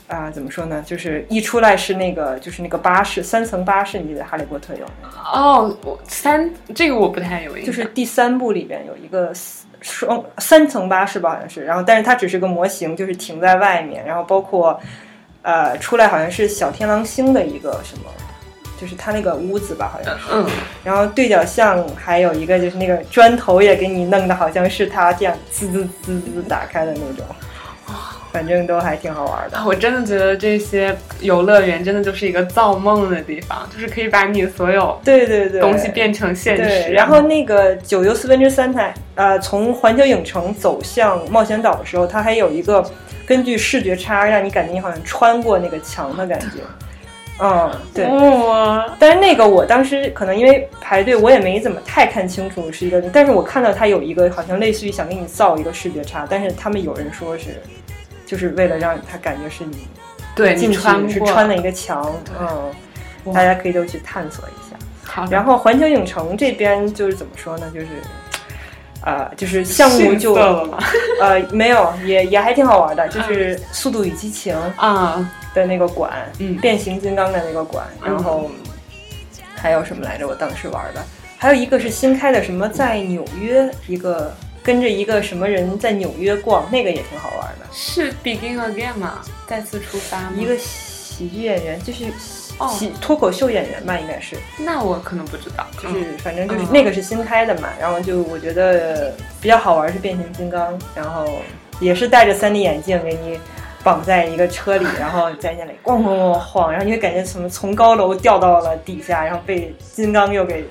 S5: 啊、怎么说呢？就是一出来是那个，就是那个巴士，三层巴士，你记得《哈利波特》有吗？
S4: 哦，我三这个我不太有印象，
S5: 就是第三部里边有一个四双三层巴士吧，好像是，然后但是它只是个模型，就是停在外面，然后包括呃出来好像是小天狼星的一个什么，就是它那个屋子吧，好像是，
S4: 嗯
S5: 然后对角巷还有一个就是那个砖头也给你弄的好像是它这样滋滋滋滋打开的那种，反正都还挺好玩的
S4: 啊，。我真的觉得这些游乐园真的就是一个造梦的地方，就是可以把你所有
S5: 对对对，
S4: 东西变成现
S5: 对，
S4: 实。
S5: 然后那个九游四分之三台，呃，从环球影城走向冒险岛的时候，它还有一个根据视觉差，让你感觉你好像穿过那个墙的感觉。嗯，对。
S4: 哇，
S5: 但是那个我当时可能因为排队，我也没怎么太看清楚是一个，但是我看到它有一个好像类似于想给你造一个视觉差，但是他们有人说是，就是为了让他感觉是你
S4: 对
S5: 进
S4: 你
S5: 去
S4: 穿
S5: 是
S4: 过
S5: 穿了一个墙，嗯，
S4: 哇
S5: 大家可以都去探索一下。
S4: 好的，
S5: 然后环球影城这边就是怎么说呢，就是，呃，就是项目
S4: 逊
S5: 就
S4: 色了 <laughs> 嗯嘛
S5: 呃没有，也也还挺好玩的，就是《速度与激情》
S4: 啊，
S5: 的那个馆，
S4: 嗯
S5: 变形金刚的那个馆，
S4: 嗯
S5: 然后还有什么来着？我当时玩的，还有一个是新开的什么在纽约一个。跟着一个什么人在纽约逛，那个也挺好玩的。
S4: 是 begin again 嘛，再次出发吗
S5: 一个喜剧演员，就是喜、
S4: 嗯哦
S5: 脱口秀演员吧，应该是。
S4: 那我可能不知道，
S5: 就
S4: 嗯
S5: 是反正就是
S4: 嗯
S5: 那个是新开的嘛，然后就我觉得比较好玩是变形金刚，然后也是戴着 3D 眼镜给你绑在一个车里，然后在那里咣咣咣晃，然后你会感觉什么从高楼掉到了底下，然后被金刚又
S4: <laughs>
S5: 给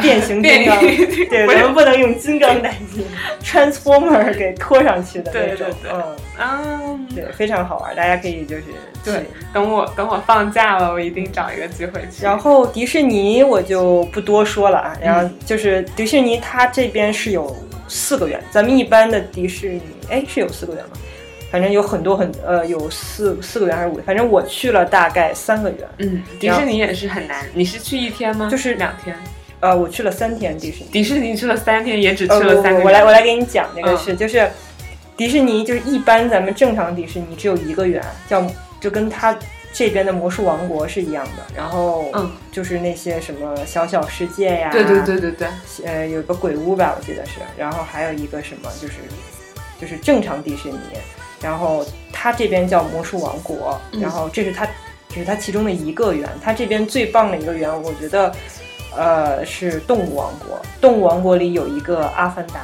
S5: 变
S4: 嗯
S5: 形金刚，
S4: 变形
S5: 对，
S4: 我
S5: 我们不能用金
S4: <laughs>
S5: 刚代替 Transformer 给拖上去的那
S4: 对对
S5: 种，
S4: 对
S5: 嗯，
S4: <laughs> 嗯，
S5: 对，非常好玩，大家可以就是
S4: 对
S5: 去。，
S4: 等我等我放假了，我一定找一个机会去。
S5: 然后迪士尼我就不多说了啊，
S4: 嗯
S5: 然后就是迪士尼它这边是有四个园，咱们一般的迪士尼哎是有四个园吗？反正有很多很呃有四四个园还是五个，反正我去了大概三个园，
S4: 嗯，迪士尼也是很难，你是去一天吗？
S5: 就是
S4: 两天。
S5: 呃我去了三天迪士尼。
S4: 迪士尼去了三天，也只去
S5: 呃，
S4: 了
S5: 我
S4: 三个
S5: 我
S4: 月。
S5: 我来我来给你讲这个
S4: 嗯
S5: 事，就是迪士尼就是一般咱们正常迪士尼只有一个园，叫就跟它这边的魔术王国是一样的，然后
S4: 嗯
S5: 就是那些什么小小世界呀，
S4: 对对对对对，
S5: 呃，有个鬼屋吧，我记得是，然后还有一个什么，就是就是正常迪士尼，然后它这边叫魔术王国，
S4: 嗯
S5: 然后这是它只是它其中的一个园，它这边最棒的一个园，我觉得呃是动物王国，动物王国里有一个阿凡达。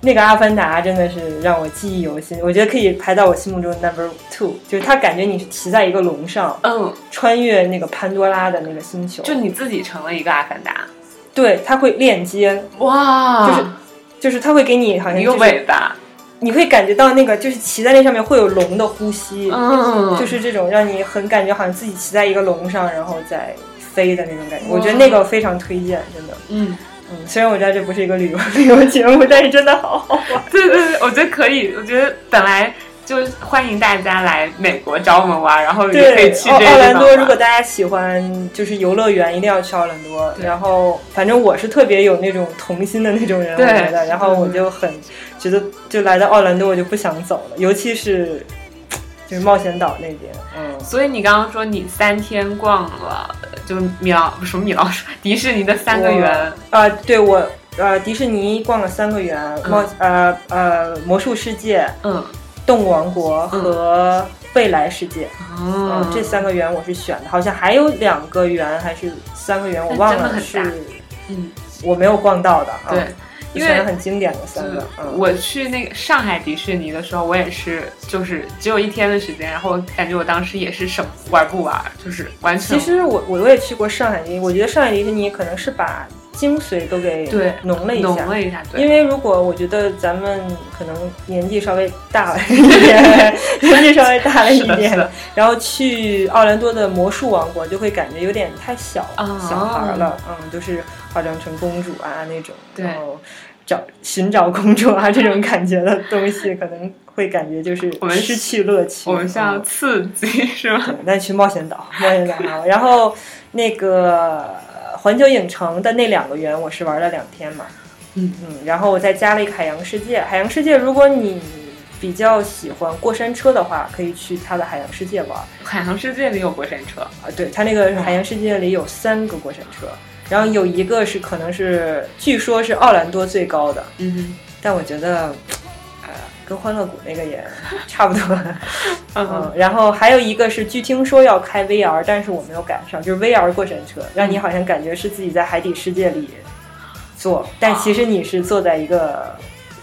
S5: 那个阿凡达真的是让我记忆犹新，我觉得可以排到我心目中 number two，就是它感觉你是骑在一个龙上，
S4: 嗯，
S5: 穿越那个潘多拉的那个星球，
S4: 就你自己成了一个阿凡达，
S5: 对，它会链接，
S4: 哇
S5: 就是就是它会给你好像
S4: 一
S5: 哎就
S4: 个
S5: 是
S4: 尾巴，
S5: 你会感觉到那个就是骑在那上面会有龙的呼吸，
S4: 嗯，
S5: 就是这种让你很感觉好像自己骑在一个龙上，然后再飞的那种感觉。
S4: 哇
S5: 我觉得那个非常推荐，真的。
S4: 嗯，
S5: 嗯，虽然我知道这不是一个旅游旅游节目，但是真的好好
S4: <laughs>
S5: 玩。
S4: 对对对，我觉得可以，我觉得本来。就是欢迎大家来美国找我们玩，然后也可以
S5: 对，
S4: 去
S5: 奥
S4: 这个
S5: 奥兰多，
S4: 地方玩
S5: 如果大家喜欢就是游乐园，一定要去奥兰多。
S4: 对
S5: 然后，反正我是特别有那种童心的那种人，我
S4: 对
S5: 觉得。然后我
S4: 嗯
S5: 就很觉得，就来到奥兰多，我就不想走了，尤其是就是冒险岛那边，嗯。
S4: 所以你刚刚说你三天逛了，就是米老不是什么米老鼠，迪士尼的三个园，
S5: 啊、对我呃，迪士尼逛了三个园，冒、呃呃魔术世界、
S4: 嗯
S5: 动物王国和未来世界，嗯、
S4: 哦
S5: 这三个园我是选的，好像还有两个园还是三个园，我忘
S4: 真的
S5: 了
S4: 很
S5: 是
S4: 大嗯
S5: 我没有逛到的。啊
S4: 对，
S5: 就选了很经典的三
S4: 嗯
S5: 个，嗯，
S4: 我去那个上海迪士尼的时候，我也是就是只有一天的时间，然后我感觉我当时也是什么玩不玩，就是完全
S5: 其实我我我也去过上海迪士尼，我觉得上海迪士尼可能是把精髓都给
S4: 对
S5: 浓了一
S4: 浓
S5: 下。
S4: 了一下，对，
S5: 因为如果我觉得咱们可能年纪稍微大
S4: <laughs>
S5: 了一点，年纪稍微大了一
S4: 是的是
S5: 点
S4: 的，
S5: 然后去奥兰多的魔术王国就会感觉有点太小、
S4: 啊
S5: 小孩儿了，嗯，就是化妆成公主啊那种，
S4: 对
S5: 然后找寻找公主啊这种感觉的东西，可能会感觉就是
S4: 我们
S5: 失去乐趣。
S4: 我们需要
S5: 嗯
S4: 刺激是吗？
S5: 对 <laughs> 那去冒险岛，冒险岛好。然后那个呃环球影城的那两个园，我是玩了两天嘛。
S4: 嗯
S5: 嗯，然后我再加了一个海洋世界。海洋世界，如果你比较喜欢过山车的话，可以去它的海洋世界玩。
S4: 海洋世界里有过山车，
S5: 啊，对，它那个海洋世界里有三个过山车，然后有一个是可能是据说是奥兰多最高的，
S4: 嗯
S5: 但我觉得，呃，跟欢乐谷那个也差不多。嗯
S4: 嗯，，
S5: 然后还有一个是，据听说要开 VR，但是我没有赶上，就是 VR 过山车，让你好像感觉是自己在海底世界里坐，但其实你是坐在一个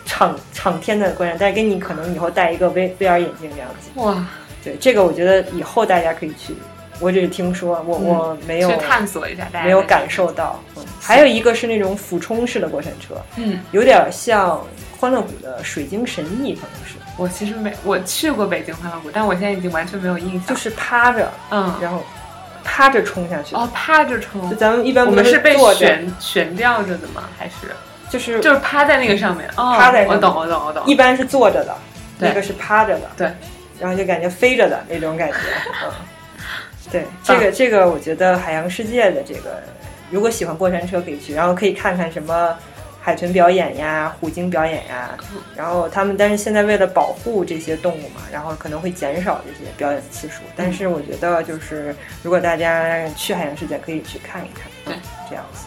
S5: 敞敞天的过山，但是跟你可能以后戴一个 V VR 眼镜这样子。
S4: 哇，
S5: 对，这个我觉得以后大家可以去，我只是听说，我、
S4: 嗯
S5: 我没有
S4: 去探索一下，大家
S5: 没有感，受到。嗯，还有一个是那种俯冲式的过山车，
S4: 嗯，
S5: 有点像欢乐谷的水晶神翼，可能是，
S4: 我其实没我去过北京欢乐谷，但我现在已经完全没有印象，
S5: 就是趴着，
S4: 嗯，
S5: 然后趴着冲下去。
S4: 哦，趴着
S5: 就
S4: 冲。
S5: 咱们一般
S4: 我
S5: 不
S4: 们是被
S5: 坐着，
S4: 悬悬吊着的吗？还是
S5: <laughs> 就是
S4: 就是趴在那个上面？哦，
S5: 趴在上面
S4: 我懂，我懂，我懂。
S5: 一般是坐着的，
S4: 对
S5: 那个是趴着的，
S4: 对，
S5: 然后就感觉飞着的那种
S4: <laughs>
S5: 感觉。嗯，对，这
S4: 嗯
S5: 个这个，我觉得海洋世界的这个，如果喜欢过山车可以去，然后可以看看什么。海豚表演呀，虎鲸表演呀，
S4: 嗯
S5: 然后他们，但是现在为了保护这些动物嘛，然后可能会减少这些表演次数。
S4: 嗯
S5: 但是我觉得，就是如果大家去海洋世界，可以去看一看，
S4: 对
S5: 嗯，这样子。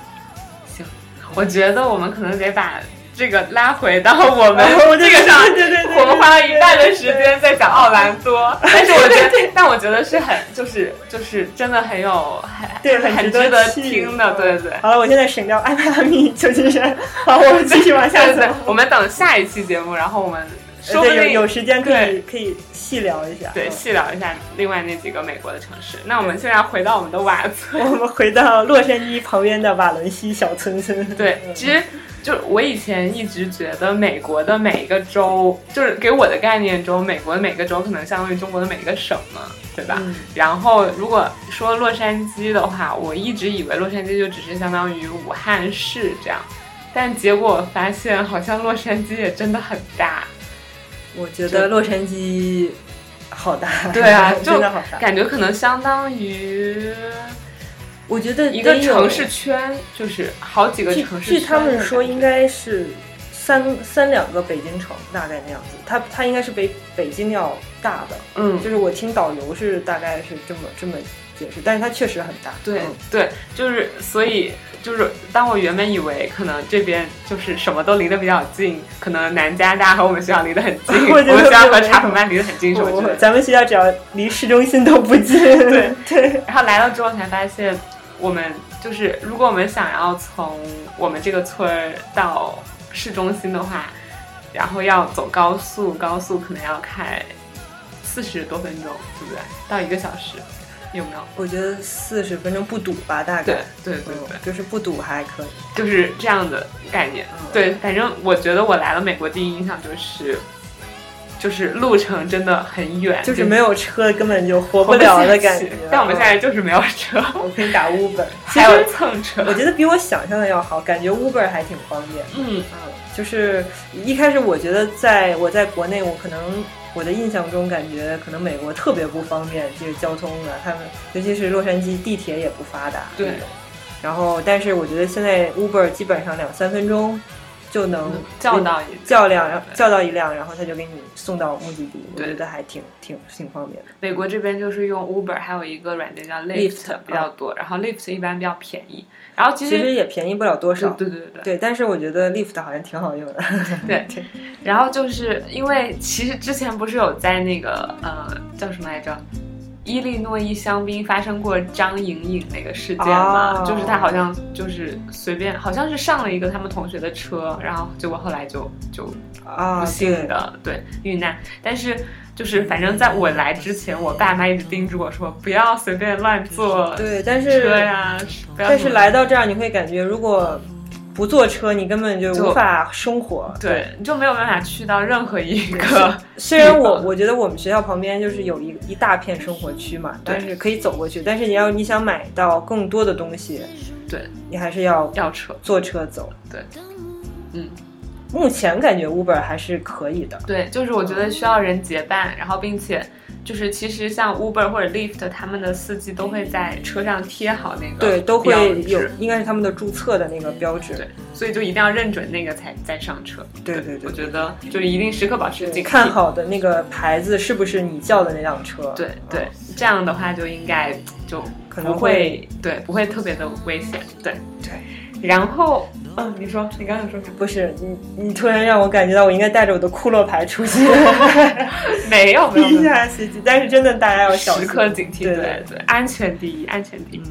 S4: 我觉得我们可能得把这个拉回到我
S5: <laughs>
S4: 们这个上，
S5: 哦对对对对
S4: 我们花了一半的时间在讲奥兰
S5: <laughs>
S4: 多，但是我觉得，但我觉得是很就是就是真的很有很
S5: 对，
S4: 很
S5: 值
S4: 值得
S5: 去嗯
S4: 听的，对对。
S5: 好了，我现在省掉爱迈阿密、旧金山，好，我们继续往下
S4: 对对
S5: 走。，
S4: 我们等下一期节目，然后我们 <laughs> 说不
S5: 对，有
S4: 定
S5: 有时间可以
S4: 对
S5: 可以细聊一下。
S4: 对
S5: 嗯
S4: 细聊一下另外那几个美国的城市。那我们现在回到我们的瓦村，
S5: 我们回到洛杉矶旁边的瓦伦西小村村。
S4: 对，
S5: 嗯
S4: 其实就是我以前一直觉得美国的每一个州，就是给我的概念中，美国的每个州可能相当于中国的每一个省嘛，对吧？
S5: 嗯
S4: 然后如果说洛杉矶的话，我一直以为洛杉矶就只是相当于武汉市这样，但结果我发现好像洛杉矶也真的很
S5: <laughs>
S4: 大，
S5: 我觉得洛杉矶好大，
S4: 对啊就
S5: <laughs> 真的好大。
S4: 感觉可能相当于
S5: 我觉得
S4: 一个
S5: 得有
S4: 城市圈，就是好几个
S5: 据
S4: 城市圈
S5: 据他们说，
S4: 的感觉
S5: 应该是三三两个北京城大概那样子，它它应该是比北京要大的。
S4: 嗯，
S5: 就是我听导游是大概是这么这么解释，但是它确实很大。
S4: 对
S5: 嗯
S4: 对，就是所以就是，当我原本以为可能这边就是什么都离得比较近，可能南加大和我们学校离得很近，
S5: <laughs> 我
S4: 我
S5: 觉得
S4: 们学校
S5: 没有
S4: 和查普曼离得很近什么之类的。
S5: 咱们学校只要离市中心都不近。 <laughs> 对对，
S4: 然后来了之后才发现，我们就是如果我们想要从我们这个村儿到市中心的话，然后要走高速，高速可能要开四十多分钟，对不对？到一个小时，有没有？
S5: 我觉得四十分钟不堵吧，大概。
S4: 对对对
S5: 嗯
S4: 对。
S5: 就是不堵还可以。
S4: 就是这样的概念
S5: 嗯。
S4: 对，反正我觉得我来了美国第一印象就是，就是路程真的很远，
S5: 就是没
S4: 有
S5: 有车根本就活不了的感觉。
S4: 但我们现在就是没有车，
S5: 嗯我可以打 Uber，
S4: 还有蹭车
S5: 我。觉得比我想象的要好，感觉 Uber 还挺方便。
S4: 嗯，
S5: 嗯，就是一开始我觉得在我在国内，我可能我的印象中感觉可能美国特别不方便，这个交通啊，他们尤其是洛杉矶地铁也不发达这
S4: 对
S5: 种。然后，但是我觉得现在 Uber 基本上两三分钟就能
S4: 嗯叫到一
S5: 嗯叫辆
S4: 对
S5: 叫到一辆，然后他就给你送到目的地，我
S4: 对
S5: 觉得还挺挺挺方便的。
S4: 美国这边就是用 Uber，还有一个软件叫
S5: Lyft，
S4: Lyft
S5: 嗯
S4: 比较多，然后 Lyft 一般比较便宜，然后其
S5: 其实
S4: 实
S5: 也便宜不了多
S4: 对
S5: 少，
S4: 对对对。
S5: 对但是我觉得 Lyft 好像挺好用的。 <laughs>
S4: 对，然后就是因为其实之前不是有在那个呃叫什么来着，伊利诺伊香槟发生过张莹莹那个事件嘛，
S5: 哦
S4: 就是她好像就是随便，好像是上了一个他们同学的车，然后结果后来就就
S5: 啊，
S4: 不幸
S5: 对
S4: 的、对遇难。但是就是反正在我来之前，我爸妈一直叮嘱我说不要随便乱坐
S5: 对，但是
S4: 车呀，不要
S5: 但
S4: 什
S5: 是
S4: 么
S5: 来到这儿，你会感觉如果不坐车，你根本就
S4: 就
S5: 无法生活。
S4: 对，你就没有办法去到任何一
S5: <laughs>
S4: 个
S5: 虽然
S4: 地
S5: 我
S4: 方
S5: 我觉得我们学校旁边就是有一一大片生活区嘛，
S4: 对
S5: 但是可以走过去，但是你要你想买到更多的东西，
S4: 对
S5: 你还是要
S4: 要车。
S5: 坐车走。
S4: 对，嗯，
S5: 目前感觉 Uber 还是可以的。
S4: 对，就是我觉得需要人结伴，然后并且就是其实像 Uber 或者 Lyft 他们的司机都会在车上贴好那个
S5: 对，都
S4: 标
S5: 会
S4: 志
S5: 有，应该是他们的注册的那个标志。
S4: 对，所以就一定要认准那个才再上车。
S5: 对对对
S4: 我觉得就是一定时刻保持警
S5: 你
S4: 惕，
S5: 看好的那个牌子是不是你叫的那辆车？
S4: 对对
S5: 嗯，
S4: 这样的话就应该就
S5: 可
S4: 不
S5: 能
S4: 会对不会特别的危险，对对。然后，嗯，你说你刚才
S5: <laughs>
S4: 说什么？
S5: 不是你，你突然让我感觉到我应该带着我的骷髅牌出
S4: <laughs>
S5: 去
S4: 没
S5: <laughs>
S4: 有没有，
S5: 一
S4: 没有
S5: 下袭击，但是真的大家要小心，
S4: 时刻警惕，
S5: 对
S4: 对对，安全第一，安全第一。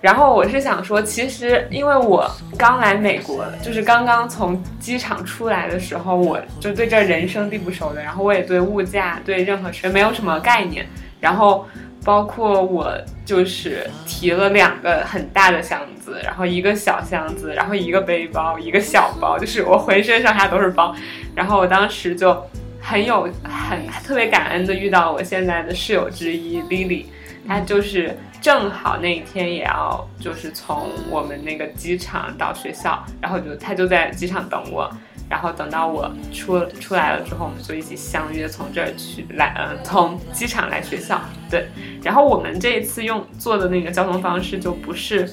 S4: 然后我是想说，其实因为我刚来美国，就是刚刚从机场出来的时候，我就对这人生地不熟的，然后我也对物价、对任何事没有什么概念，然后包括我就是提了两个很大的箱子，然后一个小箱子，然后一个背包，一个小包，就是我浑身上下都是包。然后我当时就很有很特别感恩的遇到我现在的室友之一 Lily，她就是正好那一天也要就是从我们那个机场到学校，然后就她就在机场等我。然后等到我出出来了之后，我们就一起相约从这儿去来，呃，从机场来学校。对，然后我们这一次用坐的那个交通方式就不是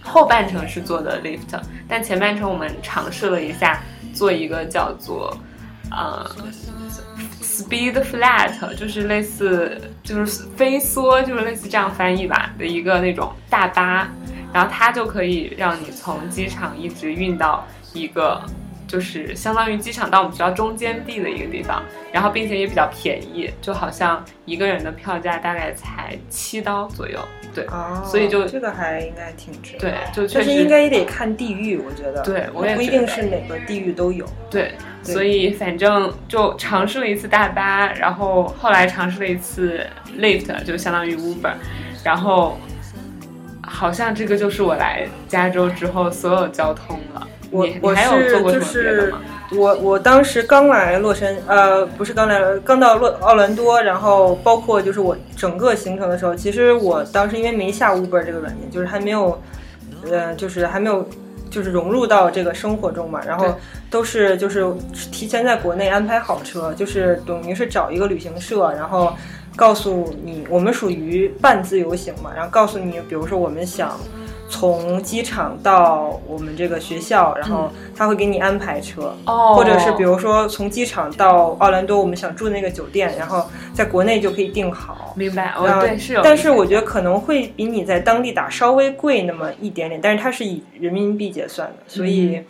S4: 后半程是坐的 lift，但前半程我们尝试了一下做一个叫做呃 speed flat，就是类似就是飞梭，就是类似这样翻译吧的一个那种大巴，然后它就可以让你从机场一直运到一个。就是相当于机场到我们学校中间地的一个地方，然后并且也比较便宜，就好像一个人的票价大概才七刀左右，对，
S5: 哦，
S4: 所以就
S5: 这个还应该挺值。
S4: 对，，就确
S5: 但
S4: 实
S5: 是应该也得看地域，我觉得。
S4: 对我也
S5: 不一
S4: 觉得
S5: 定是哪个地域都有。
S4: 对，
S5: 对
S4: 所以反正就尝试了一次大巴，然后后来尝试了一次 Lyft，就相当于 Uber，然后好像这个就是我来加州之后所有交通了。
S5: 我
S4: 你
S5: 我
S4: 你还有做
S5: 是
S4: 过什
S5: 就
S4: 么别的
S5: 是
S4: 吗？
S5: 我我当时刚来洛杉呃不是刚来刚到洛奥兰多，然后包括就是我整个行程的时候，其实我当时因为没下 Uber 这个软件，就是还没有呃就是还没有就是融入到这个生活中嘛，然后
S4: 对
S5: 都是就是提前在国内安排好车，就是等于是找一个旅行社，然后。告诉你，我们属于半自由行嘛，然后告诉你，比如说我们想从机场到我们这个学校，然后他会给你安排车，
S4: 哦
S5: 或者是比如说从机场到奥兰多，我们想住那个酒店，然后在国内就可以订好。
S4: 明白，
S5: 然
S4: 哦，
S5: 后
S4: 对，是有，
S5: 呃但是我觉得可能会比你在当地打稍微贵那么一点点，但是它是以人民币结算的，所
S4: 嗯
S5: 以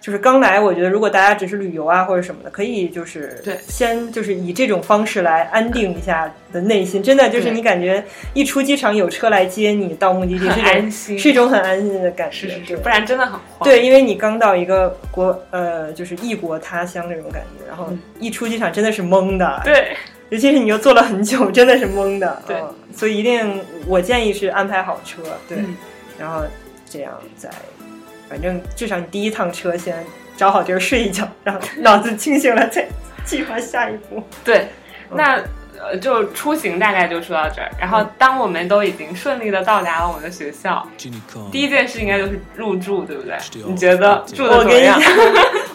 S5: 就是刚来，我觉得如果大家只是旅游啊或者什么的，可以就是
S4: 对
S5: 先就是以这种方式来安定一下的内心，真的就是
S4: 对
S5: 你感觉一出机场有车来接你到目的地，
S4: 很
S5: 是一
S4: 安
S5: 种
S4: 心
S5: 是一种很安心的感觉，
S4: 是是
S5: 对
S4: 是，不然真的很慌。
S5: 对，因为你刚到一个国呃，就是异国他乡这种感觉，然后一出机场真的是懵的，，
S4: 嗯对
S5: 尤其是你又坐了很久，真的是懵的，
S4: 对
S5: 嗯所以一定我建议是安排好车，对，
S4: 嗯
S5: 然后这样再，反正至少你第一趟车先找好地儿睡一觉，
S4: <laughs>
S5: 然后脑子清醒了再计划下一步。
S4: 对，
S5: 嗯
S4: 那。呃，就出行大概就说到这儿。然后，当我们都已经顺利的到达了我们的学校，第一件事应该就是入住，对不对？你觉得住的
S5: 我
S4: 怎么
S5: 跟你
S4: 样
S5: 讲？，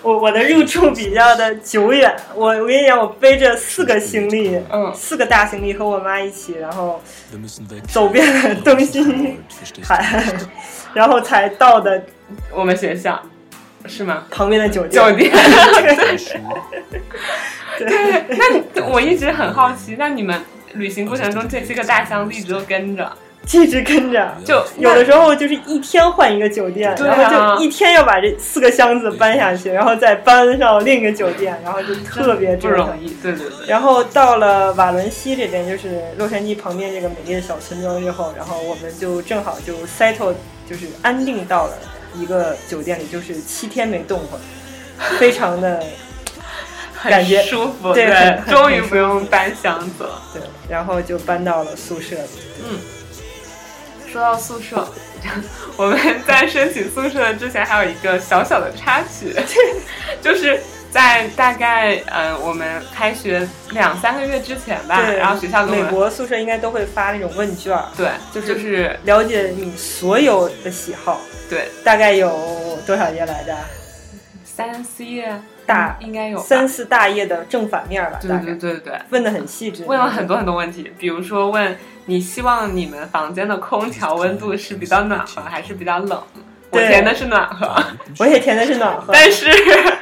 S5: 我我的入住比较的久远。我我跟你讲，我背着四个行李，
S4: 嗯
S5: 四个大行李和我妈一起，然后
S6: 走遍了东
S4: 嗯
S6: 西
S5: 海 <laughs>
S6: 海，
S5: 然后才到的
S4: 我们学校是吗？
S5: 旁边的酒店。
S4: 酒店。
S5: 对，
S4: 那我一直很好奇，那你们旅行过程中这些个大箱子一直都跟着，
S5: 一直跟着。
S4: 就
S5: 有的时候就是一天换一个酒店，
S4: 对啊
S5: 然后就一天要把这四个箱子搬下去，然后再搬上另一个酒店，然后就特别
S4: 不
S5: 折腾
S4: 容。易，对对对，
S5: 然后到了瓦伦西这边，就是洛杉矶旁边这个美丽的小村庄之后，然后我们就正好就 settle，就是安定到了一个酒店里，就是七天没动过，非常的感
S4: 很
S5: 觉
S4: 舒服，
S5: 对
S4: 对，
S5: 很
S4: 终于不用搬箱子了。
S5: 对，然后就搬到了宿舍里。
S4: 说到宿舍， <laughs> 我们在申请宿舍之前还有一个小小的插曲，
S5: <laughs>
S4: 就是在大概呃我们开学两三个月之前吧，哎
S5: 对，
S4: 然后学校给
S5: 美
S4: 我们
S5: 国宿舍应该都会发那种问卷儿，
S4: 对，
S5: 就是
S4: 就是
S5: 了解你所有的喜好，
S4: 对
S5: 大概有多少页来着？
S4: 三四页
S5: 大
S4: 应该有吧
S5: 三四大页的正反面吧，
S4: 对
S5: 大概
S4: 对对对。
S5: 问的很细致，
S4: 问了很多很多问题，比如说问你希望你们房间的空调温度是比较暖和还是比较冷？我
S5: 对
S4: 填的是暖
S5: <laughs>
S4: 和，
S5: 我也填的是暖和，
S4: 但是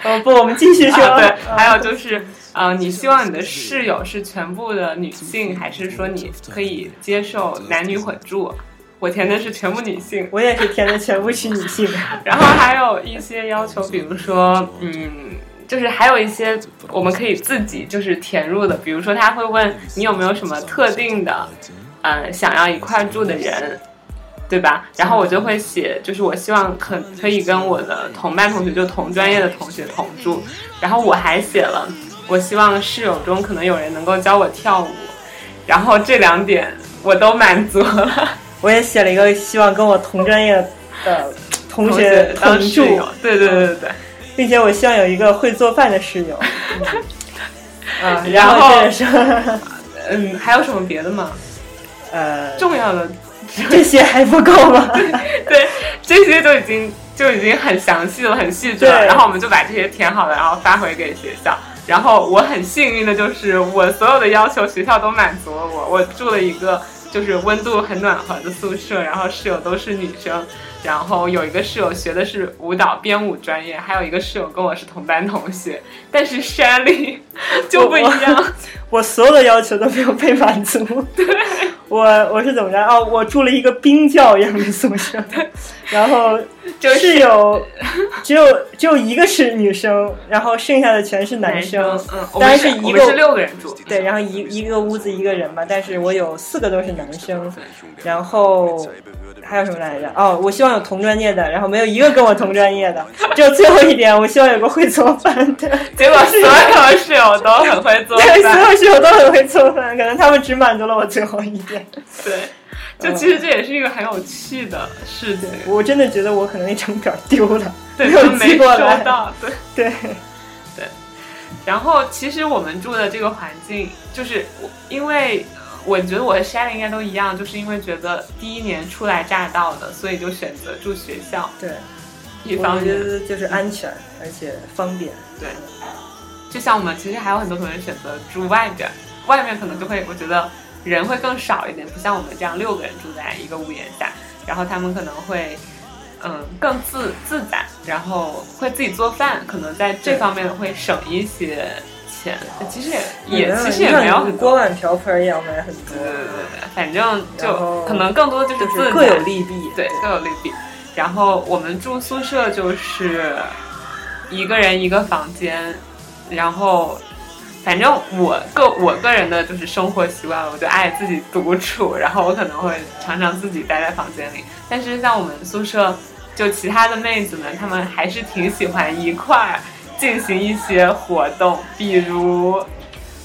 S5: 哦不，我们继续说。
S4: 啊，
S5: <laughs>
S4: 对，还有就是，呃，你希望你的室友是全部的女性，还是说你可以接受男女混住？我填的是全部女性，
S5: 我也是填的全部是女性，
S4: 然后还有一些要求，比如说，嗯，就是还有一些我们可以自己就是填入的，比如说他会问你有没有什么特定的，呃，想要一块儿住的人，对吧？然后我就会写，就是我希望可可以跟我的同班同学，就同专业的同学同住。然后我还写了，我希望室友中可能有人能够教我跳舞，然后这两点我都满足了。
S5: 我也写了一个希望跟我同专业的同学同
S4: 当室
S5: 住
S4: 友，，对对对对对。
S5: 并且我希望有一个会做饭的室友。嗯，啊，
S4: <laughs>
S5: 然
S4: 然后
S5: 后这是
S4: 嗯，还有什么别的吗？
S5: 呃，
S4: 重要的，
S5: 这些还不够
S4: <laughs>
S5: 吗？
S4: 对，这些都已经就已经很详细了，很细致了。
S5: 对
S4: 然后我们就把这些填好了，然后发回给学校。然后我很幸运的就是，我所有的要求学校都满足了我。我住了一个就是温度很暖和的宿舍，然后室友都是女生，然后有一个室友学的是舞蹈编舞专业，还有一个室友跟我是同班同学，但是 Shelly 就不一样。
S5: 我所有的要求都没有被满足。对，我我是怎么着？哦，我住了一个冰窖一样的宿舍，
S4: <laughs>
S5: 然后
S4: 就是
S5: 室友只有只有一个是女生，然后剩下的全是 <laughs> 男生。
S4: 嗯，我
S5: 当
S4: 们
S5: 然
S4: 是
S5: 是
S4: 我
S5: 一
S4: 们
S5: 个
S4: 是六个人住，
S5: 对，然后一一个屋子一个人嘛，但是我有四个都是男生，
S4: 嗯
S5: 然后还有什么来着？哦，我希望有同专业的，然后没有一个跟我同专业的，只有最后一点，我希望有个会做饭的。
S4: <laughs> 结果所有室友都很会做
S5: <laughs> 对，
S4: 饭
S5: 所。有室友都很会做饭，可能他们只满足了我最后一点。
S4: 对，就
S5: 嗯
S4: 其实这也是一个很有趣的事情，
S5: 我真的觉得我可能那张表丢了，
S4: <laughs> 对，
S5: 没有
S4: 就没
S5: 寄过
S4: 收
S5: 来。
S4: 到，对。
S5: 对，
S4: 然后其实我们住的这个环境，就是我因为我觉得我和 Shelly 应该都一样，就是因为觉得第一年初来乍到的，所以就选择住学校。
S5: <laughs> 对，
S4: 一
S5: 我
S4: 方
S5: 觉
S4: 面，
S5: 得就是安全，而且方便。
S4: 对，就像我们其实还有很多同学选择住外边儿，外面可能就会我觉得人会更少一点，不像我们这样六个人住在一个屋檐下，然后他们可能会。嗯，更自自在，然后会自己做饭，可能在这方面会省一些钱。其实也也
S5: 嗯
S4: 其实也没有很
S5: 你看
S4: 多，
S5: 锅碗瓢盆也要买很多
S4: 对，对对，对反正
S5: 然
S4: 就
S5: 后
S4: 可能更多的就是
S5: 就
S4: 自在
S5: 是各有利弊。
S4: 对，各有利弊。然后我们住宿舍就是一个人一个房间，然后反正我个我个人的就是生活习惯，我就爱自己独处，然后我可能会常常自己待在房间里。但是像我们宿舍就其他的妹子们，她们还是挺喜欢一块儿进行一些活动，比如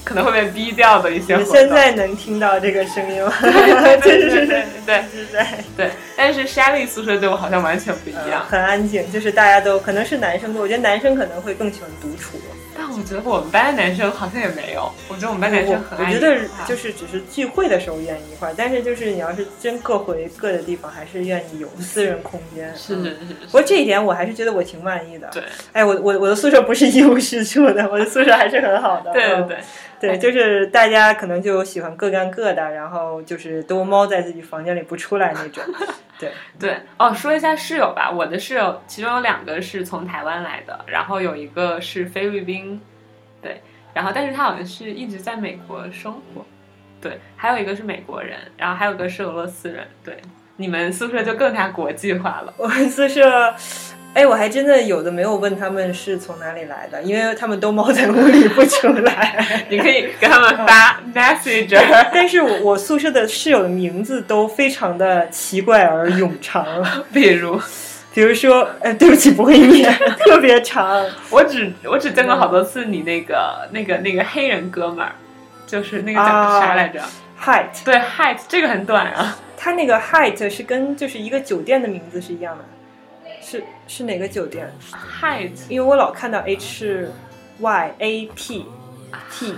S4: 可能会被逼掉的一些
S5: 我
S4: 活
S5: 们
S4: 动。
S5: 现在能听到这个声
S4: <laughs>
S5: 音吗？
S4: 对对 <laughs> 对对
S5: 真是
S4: 对对
S5: 是在呃
S4: 对，但是 Shelly 宿舍对我好像完全不一样。
S5: 很安静，就是大家都可能是男生多，我觉得男生可能会更喜欢独处。
S4: 但我觉得我们班的男生好像也没有，我觉得我们班男生
S5: 我
S4: 很
S5: 我
S4: 爱
S5: 觉得
S4: 一块儿
S5: 就是只是聚会的时候愿意一块儿，但是就是你要是真各回各的地方，还是愿意有私人空间。嗯
S4: 是是是
S5: 不过这一点我还是觉得我挺满意的。
S4: 对，
S5: 哎，我我我的宿舍不是一无是处的，我的宿舍还是很好的。
S4: 对对
S5: 嗯
S4: 对，
S5: 对，就是大家可能就喜欢各干各的，然后就是都猫在自己房间里不出来那
S4: <laughs>
S5: 种。对，
S4: 对哦，说一下室友吧，我的室友其中有两个是从台湾来的，然后有一个是菲律宾，对，然后但是他好像是一直在美国生活，对，还有一个是美国人，然后还有个是俄罗斯人，对，你们宿舍就更加国际化了。
S5: 我们宿舍，哎，我还真的有的没有问他们是从哪里来的，因为他们都猫在屋里不出来。
S4: 你可以给他们发 <laughs> messenger，
S5: <laughs> 但是我我宿舍的室友的名字都非常的奇怪而冗长，
S4: <laughs> 比如
S5: 比如说，哎，对不起，不会念， <laughs> 特别长。
S4: 我只我只见过好
S5: 嗯
S4: 多次你那个那个那个黑人哥们儿，就是那个叫
S5: 啊
S4: 啥来着？
S5: Height，
S4: 对，height 这个很短啊。
S5: 他那个 Height 是跟就是一个酒店的名字是一样的，是是哪个酒店？
S4: height
S5: 因为我老看到 H 是 Y A T T，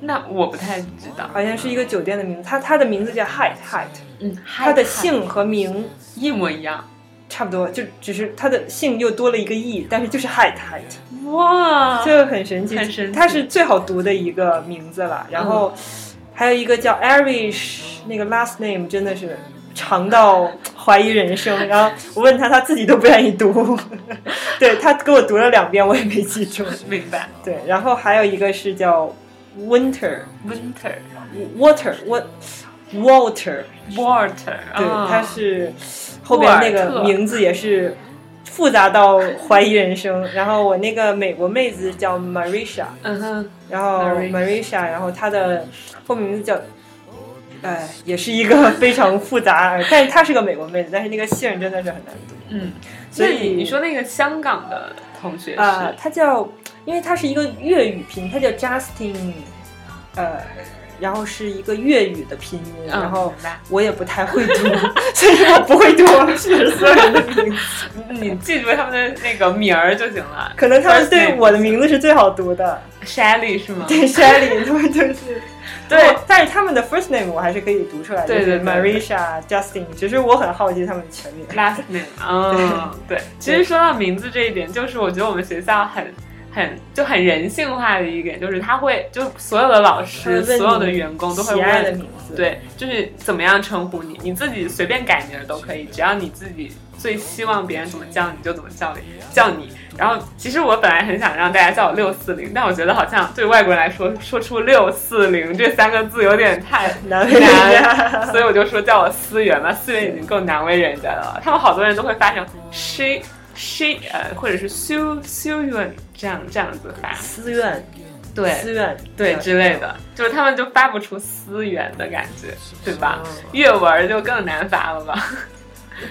S4: 那我不太知道，
S5: 好像是一个酒店的名字。它它的名字叫 Height Height，
S4: 嗯，
S5: 它的姓和名
S4: 一模一样。
S5: 差不多，就只是它的姓又多了一个 E，但是就是 Height Height，
S4: 哇，
S5: 就很神奇。
S4: 很神奇嗯
S5: 它是最好读的一个名字了。然后还有一个叫 Irish，那个 last name 真的是。长到怀疑人生，然后我问他，他自己都不愿意读， <laughs> 对他给我读了两遍，我也没记住。
S4: 明白
S5: 对，然后还有一个是叫 Winter
S4: ，winter
S5: Water What Water，
S4: water，
S5: 对，
S4: 啊
S5: 它是后边那
S4: 沃尔
S5: 个
S4: 特
S5: 名字也是复杂到怀疑人生。然后我那个美国妹子叫 Marisha，
S4: 嗯哼，
S5: 然后
S4: Marisha
S5: Marisha，然后她的后面名字叫。哎，也是一个非常复杂，但是她是个美国妹子，但是那个姓儿真的是很难读。
S4: 嗯，
S5: 所以
S4: 那你你说那个香港的同学是、
S5: 啊，他叫，因为他是一个粤语拼，他叫 Justin，呃，然后是一个粤语的拼音，
S4: 嗯
S5: 然后
S4: 明白
S5: 我也不太
S4: <laughs>
S5: 会读，所以我不会读我们宿舍所有人的名字。
S4: 你记住他们的那个名儿就行了。
S5: 可能他们
S4: First
S5: 对
S4: name
S5: 我的名字是最好
S4: <laughs>
S5: 读的，
S4: Shelly 是吗？
S5: 对 Shelly 他们就是
S4: 对
S5: 我但是他们的 first name 我还是可以读出来的，
S4: 对对对对
S5: Marisha Justin，只是我很好奇他们的全名。
S4: last name，嗯，
S5: <laughs>
S4: 对。其实说到名字这一点，就是我觉得我们学校很。很就很人性化的一点，就是他会，就所有的老师、
S5: 他会问你
S4: 所有的员工都会
S5: 喜爱的
S4: 问
S5: 名字，
S4: 对，就是怎么样称呼你，你自己随便改名儿都可以，只要你自己最希望别人怎么叫你就怎么叫你叫你。然后其实我本来很想让大家叫我六四零，但我觉得好像对外国人来说，说出六四零这三个字有点太
S5: <laughs> 难为人
S4: 难，
S5: 家
S4: 所以我就说叫我思源吧，思源已经够难为人家了。他们好多人都会发成 she she 呃，或者是 su su yuan 这样这样子发，
S5: 思愿，
S4: 对
S5: 思愿，
S4: 对嗯
S5: 对
S4: 之类的，就是他们就发不出思源的感觉，对吧？阅文儿就更难发了吧？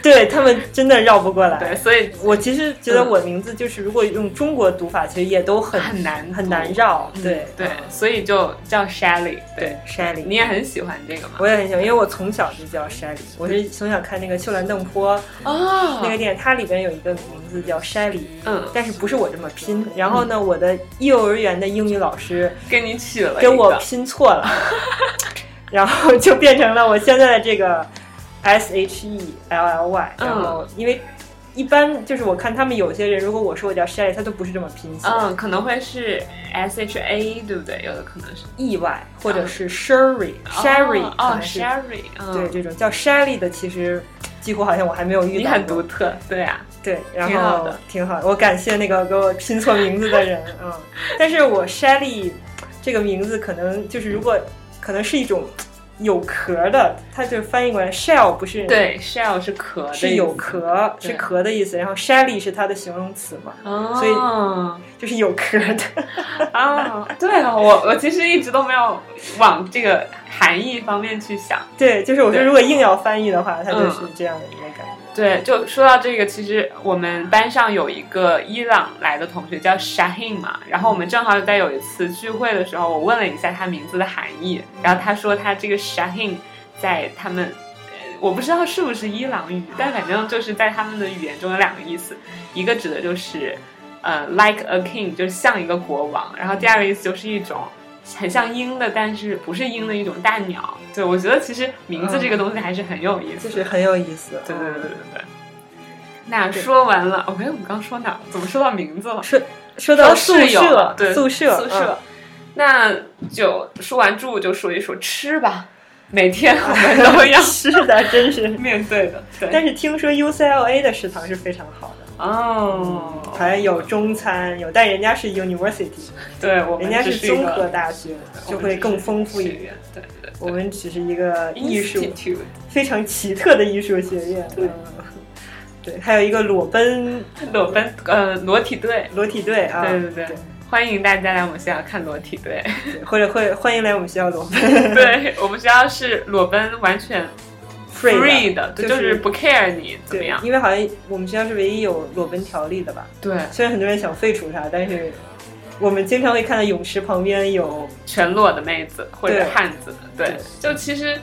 S5: 对他们真的绕不过来。
S4: 对，所以
S5: 我其实觉得我名字就是，如果用中国读法，其实也都很
S4: 嗯很难
S5: 很难绕。对
S4: 对对，所以就叫 Shelly。
S5: 对
S4: 嗯对，
S5: ，Shelly，
S4: 你也很喜欢这个吗？
S5: 我也很喜欢，因为我从小就叫 Shelly，我是从小看那个《秀兰邓坡》
S4: 哦
S5: 那个电影，它里边有一个名字叫 Shelly，
S4: 嗯，
S5: 但是不是我这么拼。然后呢，我的幼儿园的英语老师
S4: 给你取了一个
S5: 给我拼错了，然后就变成了我现在的这个 S H E L L Y。然
S4: 嗯
S5: 后因为一般就是我看他们有些人，如果我说我叫 Shelly，他都不是这么拼写。
S4: 嗯，可能会是 S H A，对不对？有的可能是
S5: 意外，或者是 Sherry、Sherry
S4: 哦
S5: 可
S4: 哦
S5: 能是、
S4: ，Sherry，嗯
S5: 对这种叫 Sherry 的，其实几乎好像我还没有遇到过。
S4: 你很独特，对啊，
S5: 对，然后
S4: 挺好的
S5: 挺好我感谢那个给我拼错名字
S4: <laughs>
S5: 的人，嗯，但是我 Shelly 这个名字可能就是如果可能是一种有壳的，它就翻译过来 shell 不是。
S4: 对，shell 是壳的意思，
S5: 是有壳，
S4: 对
S5: 是壳的意思。然后 Shelly 是它的形容词嘛，
S4: <laughs> 哦，
S5: 所
S4: 以
S5: 就是有壳的。
S4: 啊，对啊，我我其实一直都没有往这个含义方面去想。
S5: 对，就是我说
S4: 对
S5: 如果硬要翻译的话，它就是
S4: 嗯
S5: 这样的一个感觉。
S4: 对，就说到这个，其实我们班上有一个伊朗来的同学叫 Shahin 嘛，然后我们正好在有一次聚会的时候，我问了一下他名字的含义，然后他说他这个 Shahin 在他们，呃我不知道是不是伊朗语，但反正就是在他们的语言中有两个意思，一个指的就是呃 like a king，就是像一个国王，然后第二个意思就是一种。很像鹰的，但是不是鹰的一种大鸟。对，我觉得其实名字这个东西还是很有意思的。
S5: 就是很有意思。
S4: 对对对对对对。那
S5: 对
S4: 说完了，哦，哎，我们刚说哪儿？怎么说到名字了？
S5: 说说到宿
S4: 室友，
S5: 舍，
S4: 对，
S5: 宿舍，
S4: 宿
S5: 嗯
S4: 舍。那就说完住，就说一说吃吧。每天 <laughs> 我们都
S5: <laughs>
S4: 要
S5: 嗯是的，真是。
S4: 面对的，对。
S5: 但是听说 UCLA 的食堂是非常好的，
S4: 哦，
S5: 还有中餐，有，但人家是 university，
S4: 对我们
S5: 人家
S4: 只
S5: 是
S4: 是一
S5: 综
S4: 个
S5: 合大学，就会更丰富一点。。
S4: 对对，
S5: 我们只是一个艺术
S4: Institute
S5: 非常奇特的艺术学院。嗯对，还有一个裸奔
S4: 裸奔呃裸体队，
S5: 裸体队啊，
S4: 对对对欢迎大家来我们学校看裸体
S5: <laughs>
S4: 队。
S5: 对或者会欢迎来我们学校裸奔 <laughs>
S4: 对我们学校是裸奔完全
S5: free 的
S4: free 的，对
S5: 就
S4: 就是是不 care 你怎么
S5: 对
S4: 样，。
S5: 因为好像我们学校是唯一有裸奔条例的吧？
S4: 对，
S5: 虽然很多人想废除它，但是我们经常会看到泳池旁边有
S4: 全裸的妹子或者
S5: 对
S4: 汉子，对，
S5: 对
S4: 就其实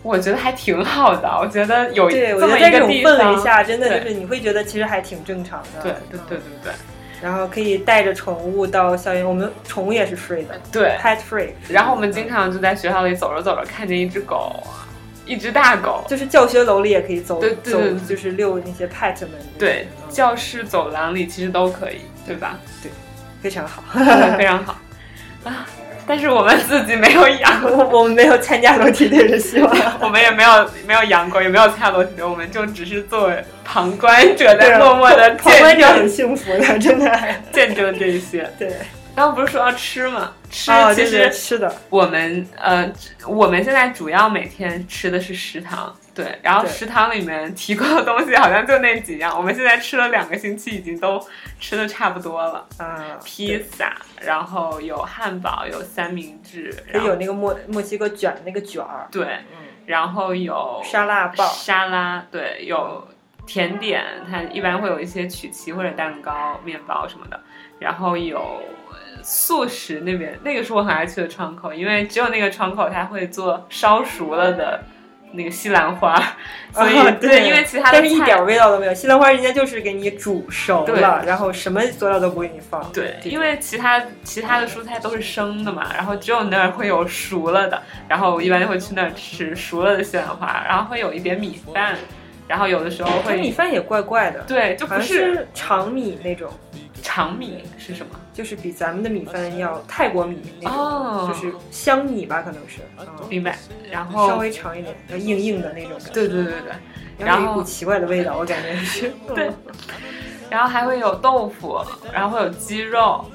S4: 我觉得还挺好的，我觉得有
S5: 对，我
S4: 这
S5: 觉
S4: 么
S5: 得
S4: 一
S5: 在这
S4: 个
S5: 种
S4: 地
S5: 氛
S4: 方
S5: 围下，真的就
S4: 对
S5: 是你会觉得其实还挺正常的。
S4: 对对对对
S5: 然后可以带着宠物到校园，我们宠物也是 free 的
S4: 对对。
S5: ，pet free。
S4: 然后我们经常就在学校里走着走着，看见一只狗，一只大狗，
S5: 就是教学楼里也可以走
S4: 对对对
S5: 走，就是遛那些 pet 们。
S4: 对，
S5: 嗯
S4: 教室走廊里其实都可以，对
S5: <laughs>
S4: 吧？
S5: 非常好。 <laughs>
S4: 非常好啊！但是我们自己没有养，
S5: 我我们没有参加楼梯队的希望，
S4: <laughs> 我们也没有没有养过，也没有参加裸体队，我们就只是作为旁观者
S5: 对
S4: 在
S5: 啊
S4: 默默的
S5: 旁观
S4: 见
S5: 者很
S4: 证
S5: 幸福的，真的。
S4: 见证这一些。
S5: 对，
S4: 刚刚不是说要吃吗？吃
S5: 哦，
S4: 其
S5: 就
S4: 实
S5: 是吃的，
S4: 我们呃，我们现在主要每天吃的是食堂，对，然后
S5: 对
S4: 食堂里面提供的东西好像就那几样，我们现在吃了两个星期，已经都吃的差不多了。
S5: 啊，
S4: 披萨，然后有汉堡，有三明治，
S5: 可
S4: 然
S5: 以
S4: 后
S5: 哎有那个墨墨西哥卷那个卷儿，
S4: 对，
S5: 嗯，
S4: 然后有
S5: 沙拉棒，
S4: 沙拉，对，有甜点，它一般会有一些曲奇或者蛋糕、面包什么的，然后有呃素食那边，那个是我很爱去的窗口，因为只有那个窗口它会做烧熟了的那个西兰花，所以、
S5: 啊
S4: 对，因为其他的
S5: 但是一
S4: 菜
S5: 点味道都没有。西兰花人家就是给你煮熟
S4: 对
S5: 了，然后什么佐料都不给你放。
S4: 对，
S5: 这种
S4: 因为其他其他的蔬菜都是生的嘛，然后只有那儿会有熟了的，然后我一般就会去那儿吃熟了的西兰花，然后会有一点米饭，然后有的时候
S5: 它米
S4: 会
S5: 饭也怪怪的，
S4: 对，就
S5: 好
S4: 不
S5: 像
S4: 是
S5: 是长米那种，
S4: 长米是什么？
S5: 就是比咱们的米饭要泰国米那种，
S4: 哦
S5: 就是香米吧，可能是，嗯
S4: 明白。然
S5: 稍
S4: 后
S5: 微长一点，硬硬的那种感觉，
S4: 哦对对对对，
S5: 然后
S4: 然
S5: 有一
S4: 后
S5: 股奇怪的味道，我感觉是。
S4: <laughs> 对然后还会有豆腐，然后会有鸡肉，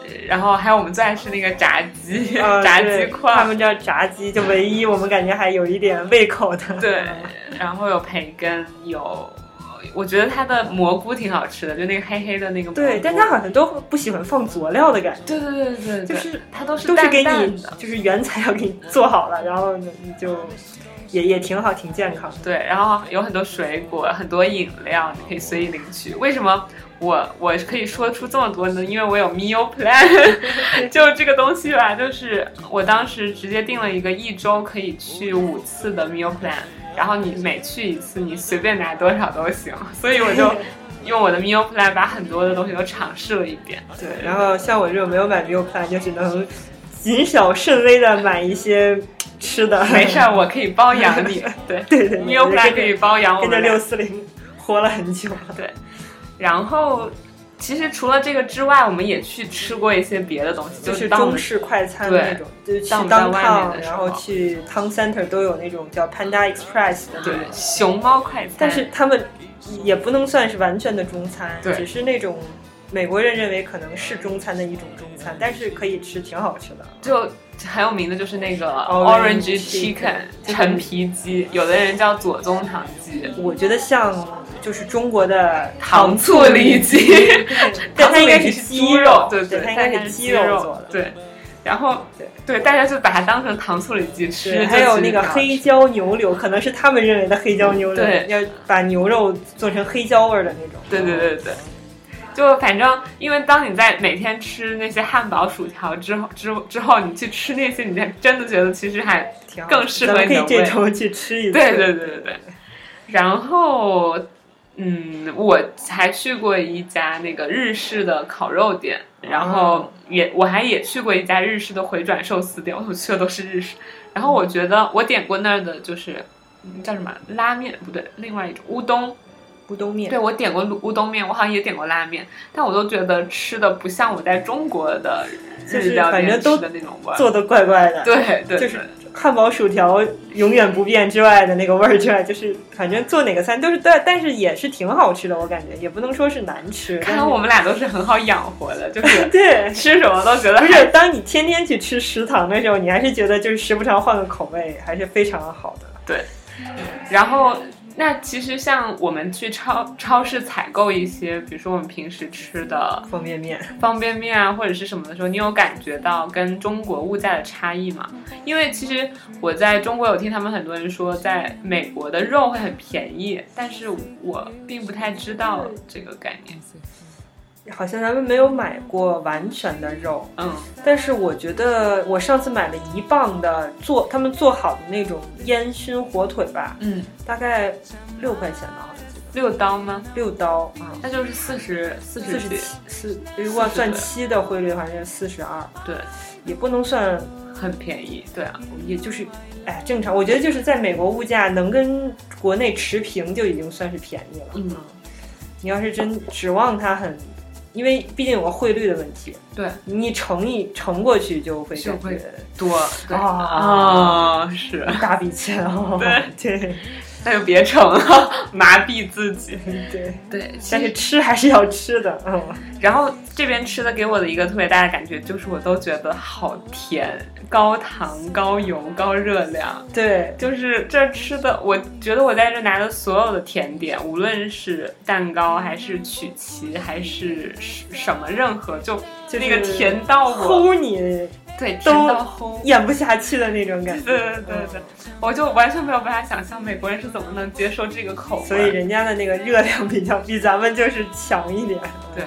S4: 呃然后还有我们最爱吃那个炸鸡，
S5: 啊
S4: 炸鸡
S5: 对
S4: 块，
S5: 他们叫炸鸡，就唯一我们感觉还有一点胃口的。啊
S4: 对，然后有培根，有，我觉得它的蘑菇挺好吃的，就那个黑黑的那个蘑菇。
S5: 对，但它好像都不喜欢放佐料的感觉。
S4: 对对对对对，
S5: 就是
S4: 它都是
S5: 都是
S4: 淡
S5: 给
S4: 淡
S5: 你
S4: 的。
S5: 就是原材料给你做好了，然后你你就也也挺好，挺健康的。
S4: 对，然后有很多水果，很多饮料，你可以随意领取。为什么我我可以说出这么多呢？因为我有 meal plan，就 <laughs> 这个东西吧，就是我当时直接定了一个一周可以去五次的 meal plan，然后你每去一次，你随便拿多少都行，所以我就 <laughs> 用我的 meal plan 把很多的东西都尝试了一遍。
S5: 对，然后像我这种没有买 meal plan，就只能谨小慎微的买一些吃的。
S4: 没事，儿，我可以包养
S5: <laughs>
S4: 你。对
S5: 对对对
S4: ，meal
S5: 跟
S4: plan
S5: 着
S4: 可以包养我
S5: <laughs> 跟着
S4: 们俩
S5: 六。四零活了很久了。
S4: 然后，其实除了这个之外，我们也去吃过一些别的东西，
S5: 就是
S4: 当我
S5: 中
S4: 们
S5: 式快餐的那种，就是去当
S4: 当我们在外面
S5: 烫，
S4: 的时
S5: 然
S4: 候
S5: 后去汤 center 都有那种叫 Panda Express 的那
S4: 对
S5: 种，
S4: 熊猫快餐，
S5: 但是他们也不能算是完全的中餐，
S4: 对
S5: 只是那种美国人认为可能是中餐的一种中餐，但是可以吃，挺好吃的。
S4: 就很有名的就是那个 orange
S5: Orange chicken
S4: chicken 陈皮鸡，有的人叫左宗棠鸡。
S5: 我觉得像就是中国的
S4: 糖醋里脊，糖
S5: 但它
S4: 醋
S5: 应该
S4: 里脊
S5: 是
S4: 是
S5: 鸡
S4: 猪肉，对
S5: 对，它
S4: 它
S5: 应该
S4: 是
S5: 鸡
S4: 肉
S5: 肉做的。
S4: <laughs> 对。然后
S5: 对
S4: 对，大家就把它当成糖醋里脊吃，
S5: 对，
S4: 就
S5: 还有
S4: 其
S5: 那
S4: 实
S5: 个
S4: 挺好
S5: 黑
S4: 吃
S5: 椒牛柳，可能是他们认为的黑椒牛柳，
S4: 对
S5: 要把牛肉做成黑椒味儿的那种。
S4: 对对对对。就反正，因为当你在每天吃那些汉堡、薯条之后，之后之后，你去吃那些，你才真的觉得其实还
S5: 挺好吃，
S4: 更适合
S5: 咱们
S4: 你的
S5: 可以这
S4: 胃
S5: 周去吃一次。
S4: <laughs> 对对对对对。然后，嗯，我还去过一家那个日式的烤肉店，
S5: 啊
S4: 然后也我还也去过一家日式的回转寿司店，我去的都是日式。然后我觉得我点过那儿的就是嗯叫什么拉面不对，另外一种乌冬，
S5: 乌冬面。
S4: 对，我点过乌冬面，我好像也点过拉面，但我都觉得吃的不像我在中国的
S5: 就是
S4: 日料
S5: 反
S4: 店
S5: 正
S4: 吃
S5: 都
S4: 的那种味儿。
S5: 做的怪怪的，
S4: 对对，
S5: 就是汉堡、薯条永远不变之外的那个味儿之外，就是反正做哪个餐都是，但但是也是挺好吃的，我感觉也不能说是难吃。
S4: 看来我们俩都是很好养活的，就是
S5: <laughs> 对，
S4: 吃什么都觉得
S5: 不是当你天天去吃食堂的时候，你还是觉得就是时不常换个口味，还是非常好的。
S4: 然后，那其实像我们去超超市采购一些，比如说我们平时吃的
S5: 方便面，
S4: 方便面啊，或者是什么的时候，你有感觉到跟中国物价的差异吗？因为其实我在中国有听他们很多人说，在美国的肉会很便宜，但是我并不太知道这个概念。
S5: 好像咱们没有买过完全的肉，
S4: 嗯
S5: 但是我觉得我上次买了一磅的做他们做好的那种烟熏火腿吧，
S4: 嗯，
S5: 大概六块钱吧，好像记
S4: 六刀吗？
S5: 得六刀啊，
S4: 那就是四十四
S5: 四
S4: 十
S5: 十
S4: 几
S5: 七，四如果算七的汇率，好像是四十二，
S4: 对，
S5: 也不能算，
S4: 很便宜。对啊，
S5: 也就是哎正常。我觉得就是在美国物价能跟国内持平就已经算是便宜了。
S4: 嗯，
S5: 你要是真指望它很，因为毕竟有个汇率的问题，
S4: 对，
S5: 你乘以乘过去就会
S4: 就
S5: 感
S4: 会
S5: 觉
S4: 多对
S5: 哦啊
S4: 啊是。
S5: 一大笔钱哦。对对。
S4: 那就别盛了，麻痹自己。
S5: 对
S4: 对，
S5: 但是吃还是要吃的，嗯，
S4: 然后这边吃的给我的一个特别大的感觉就是，我都觉得好甜，高糖、高油、高热量。
S5: 对，
S4: 就是这儿吃的，我觉得我在这拿的所有的甜点，无论是蛋糕还是曲奇还是什么任何，就
S5: 就是
S4: 那个甜到我，
S5: 齁你
S4: 对，甜
S5: 都
S4: 到齁。
S5: 咽不下去的那种感觉，
S4: 对对对对，
S5: 嗯
S4: 我就完全没有办法想象美国人是怎么能接受这个口味。
S5: 嗯所以人家的那个热量比较 <laughs> 比咱们就是强一点。
S4: 对，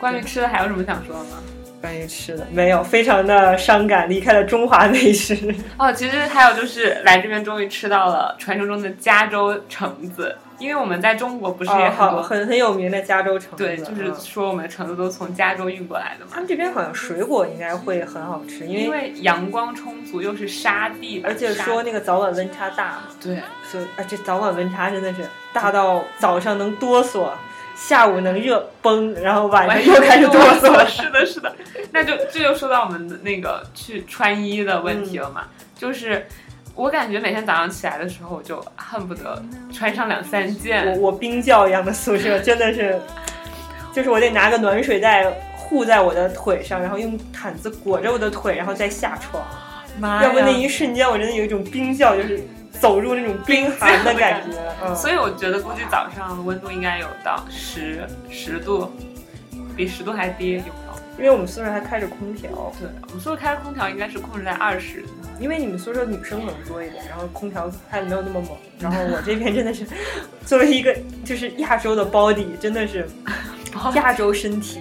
S4: 关于吃的还有什么想说的吗？
S5: 关于吃的没有，非常的伤感，离开了中华美 <laughs> 食。
S4: 哦，其实还有就是来这边终于吃到了传说中的加州橙子，因为我们在中国不是也
S5: 啊，
S4: 很多、
S5: 好，很很有名的加州橙子，
S4: 对，就是
S5: 嗯
S4: 说我们的橙子都从加州运过来的
S5: 他
S4: 嘛，
S5: 们这边好像水果应该会很好吃，
S4: 因
S5: 因为
S4: 为阳光充足又是沙地嘛，
S5: 而且
S4: 沙
S5: 说那个早晚温差大嘛。 <laughs>
S4: 对
S5: 所以啊，这早晚温差真的是大到早上能哆嗦，下午能热崩，然后晚上又开始哆嗦
S4: 了，
S5: 了。
S4: 是的，是的，那就这就说到我们的那个去穿衣的问题了嘛，就是。我感觉每天早上起来的时候，我就恨不得穿上两三件
S5: 我，我冰窖一样的宿舍真的是，就是我得拿个暖水袋护在我的腿上，然后用毯子裹着我的腿，然后再下床。
S4: 妈
S5: 要不
S4: 呀
S5: 那一瞬间，我真的有一种冰窖，就是走入那种冰寒的感觉。嗯，
S4: 所以我觉得估计早上温度应该有到十十度，比十度还低，有没有？
S5: 因为我们宿舍还开着空调，
S4: 对，我们宿舍开空调应该是控制在二 <laughs> 十。
S5: 因为你们宿舍女生可能多一点，然后空调开的没有那么猛。然后我这边真的是， <laughs> 作为一个就是亚洲的 body，真的
S4: <laughs>
S5: 是亚洲身体，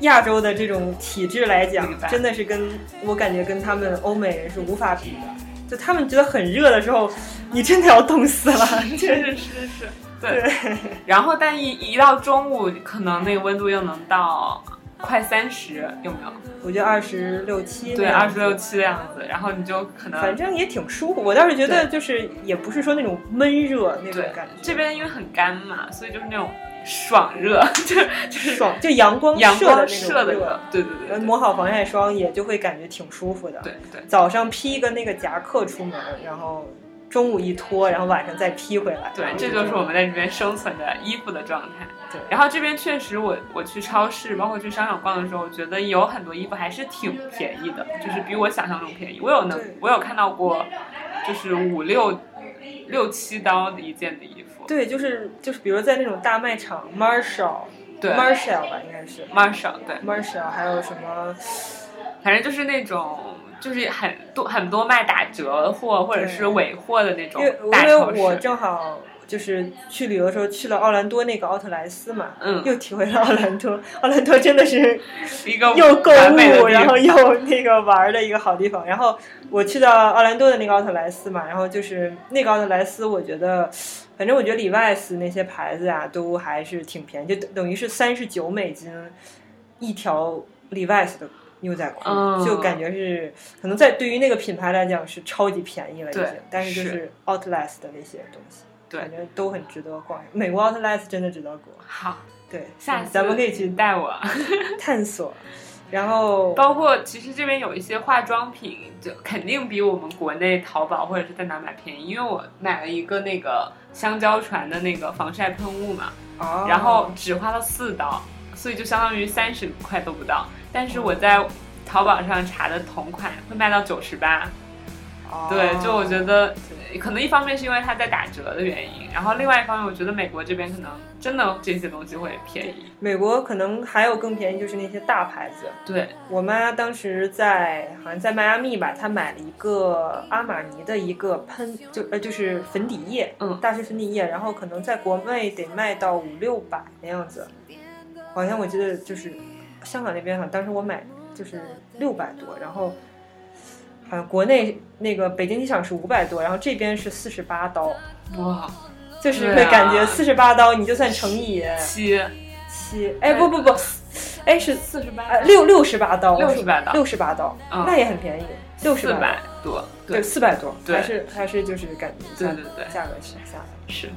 S5: 亚洲的这种体质来讲
S4: 明白，
S5: 真的是跟我感觉跟他们欧美人是无法比的。就他们觉得很热的时候，你真的要冻死
S4: <laughs>
S5: 了。真是
S4: 是是是，对。然后，但一一到中午，可能那个温度又能到快三十，有没有？
S5: 我觉得二十六七，
S4: 对，二十六。七的样子。然后你就可能
S5: 反正也挺舒服，我倒是觉得就是也不是说那种闷热那种
S4: 对
S5: 感觉，
S4: 这边因为很干嘛，所以就是那种爽热， <laughs> 就就是
S5: 爽，就阳光
S4: 阳光
S5: 射
S4: 射
S5: 的
S4: 的
S5: 那种热
S4: 热。，对对对
S5: 呃，
S4: 对
S5: 抹好防晒霜也就会感觉挺舒服的。
S4: 对，对。
S5: 早上披一个那个夹克出门，然后中午一脱，然后晚上再披回来。
S4: 对
S5: 然，后
S4: 这就是我们在这边生存的衣服的状态。
S5: 嗯对
S4: 然后这边确实我，我去超市，包括去商场逛的时候，我觉得有很多衣服还是挺便宜的，就是比我想象中便宜。我有能
S5: 对，
S4: 我有看到过，就是五六六七刀的一件的衣服。
S5: 对，就是就是，比如在那种大卖场，Marshall，
S4: 对
S5: Marshall 吧，应该是
S4: Marshall，对，
S5: Marshall，还有什么？
S4: 反正就是那种。就是很多很多卖打折货或者是尾货的那种
S5: 因为
S4: 哦大
S5: 因为
S4: 超
S5: 我
S4: 市，
S5: 正好就是去旅游的时候去了奥兰多那个奥特莱斯嘛，
S4: 嗯
S5: 又体会了奥兰多，奥兰多真的是
S4: 一个
S5: 又购
S4: 完美的
S5: 物，
S4: 地
S5: 然后
S4: 方
S5: 又 <laughs> 那个玩儿的一个好地方。然后我去到奥兰多的那个奥特莱斯嘛，然后就是那个奥特莱斯，我觉得，反正我觉得里外斯那些牌子啊，都还是挺便宜，就等等于是三十九美金一条里外斯的牛仔裤，
S4: 嗯
S5: 就感觉是可能在对于那个品牌来讲是超级便宜了已经
S4: 对，
S5: 但是就是是 Outlast 的那些东西。
S4: 对
S5: 反正都很值得逛。美国 Outlet 真的值得逛，
S4: 好，
S5: 对，
S4: 下次
S5: 嗯咱们可以去
S4: 带我。
S5: 探索。然后
S4: 包括其实这边有一些化妆品，就肯定比我们国内淘宝或者是在哪买便宜。因为我买了一个那个香蕉船的那个防晒喷雾嘛，
S5: 哦
S4: 然后只花了四刀，所以就相当于三十块都不到。但是我在淘宝上查的同款会卖到九十八，
S5: 哦
S4: 对，就我觉得呃可能一方面是因为它在打折的原因，然后另外一方面我觉得美国这边可能真的这些东西会便宜。
S5: 美国可能还有更便宜，就是那些大牌子。
S4: 对，
S5: 我妈当时在好像在迈阿密吧，她买了一个阿玛尼的一个喷，就呃就是粉底液，
S4: 嗯
S5: 大师粉底液，然后可能在国内得卖到五六百那样子，好像我记得就是香港那边好像当时我买就是六百多，然后好像国内那个北京机场是五百多，然后这边是四十八刀，
S4: 哇，
S5: 就是
S4: 对
S5: 会
S4: 啊
S5: 感觉四十八刀你就算乘以
S4: 七
S5: 七，哎不不不，哎是
S4: 四十八
S5: 呃，六六十八刀，
S4: 68刀
S5: 六十八刀，
S4: 嗯
S5: 那也很便宜，六十
S4: 四百多，
S5: 对，
S4: 对，
S5: 四百多，
S4: 对
S5: 还是还是就是感觉
S4: 对
S5: 价
S4: 对对
S5: 价格是下来了，
S4: 是。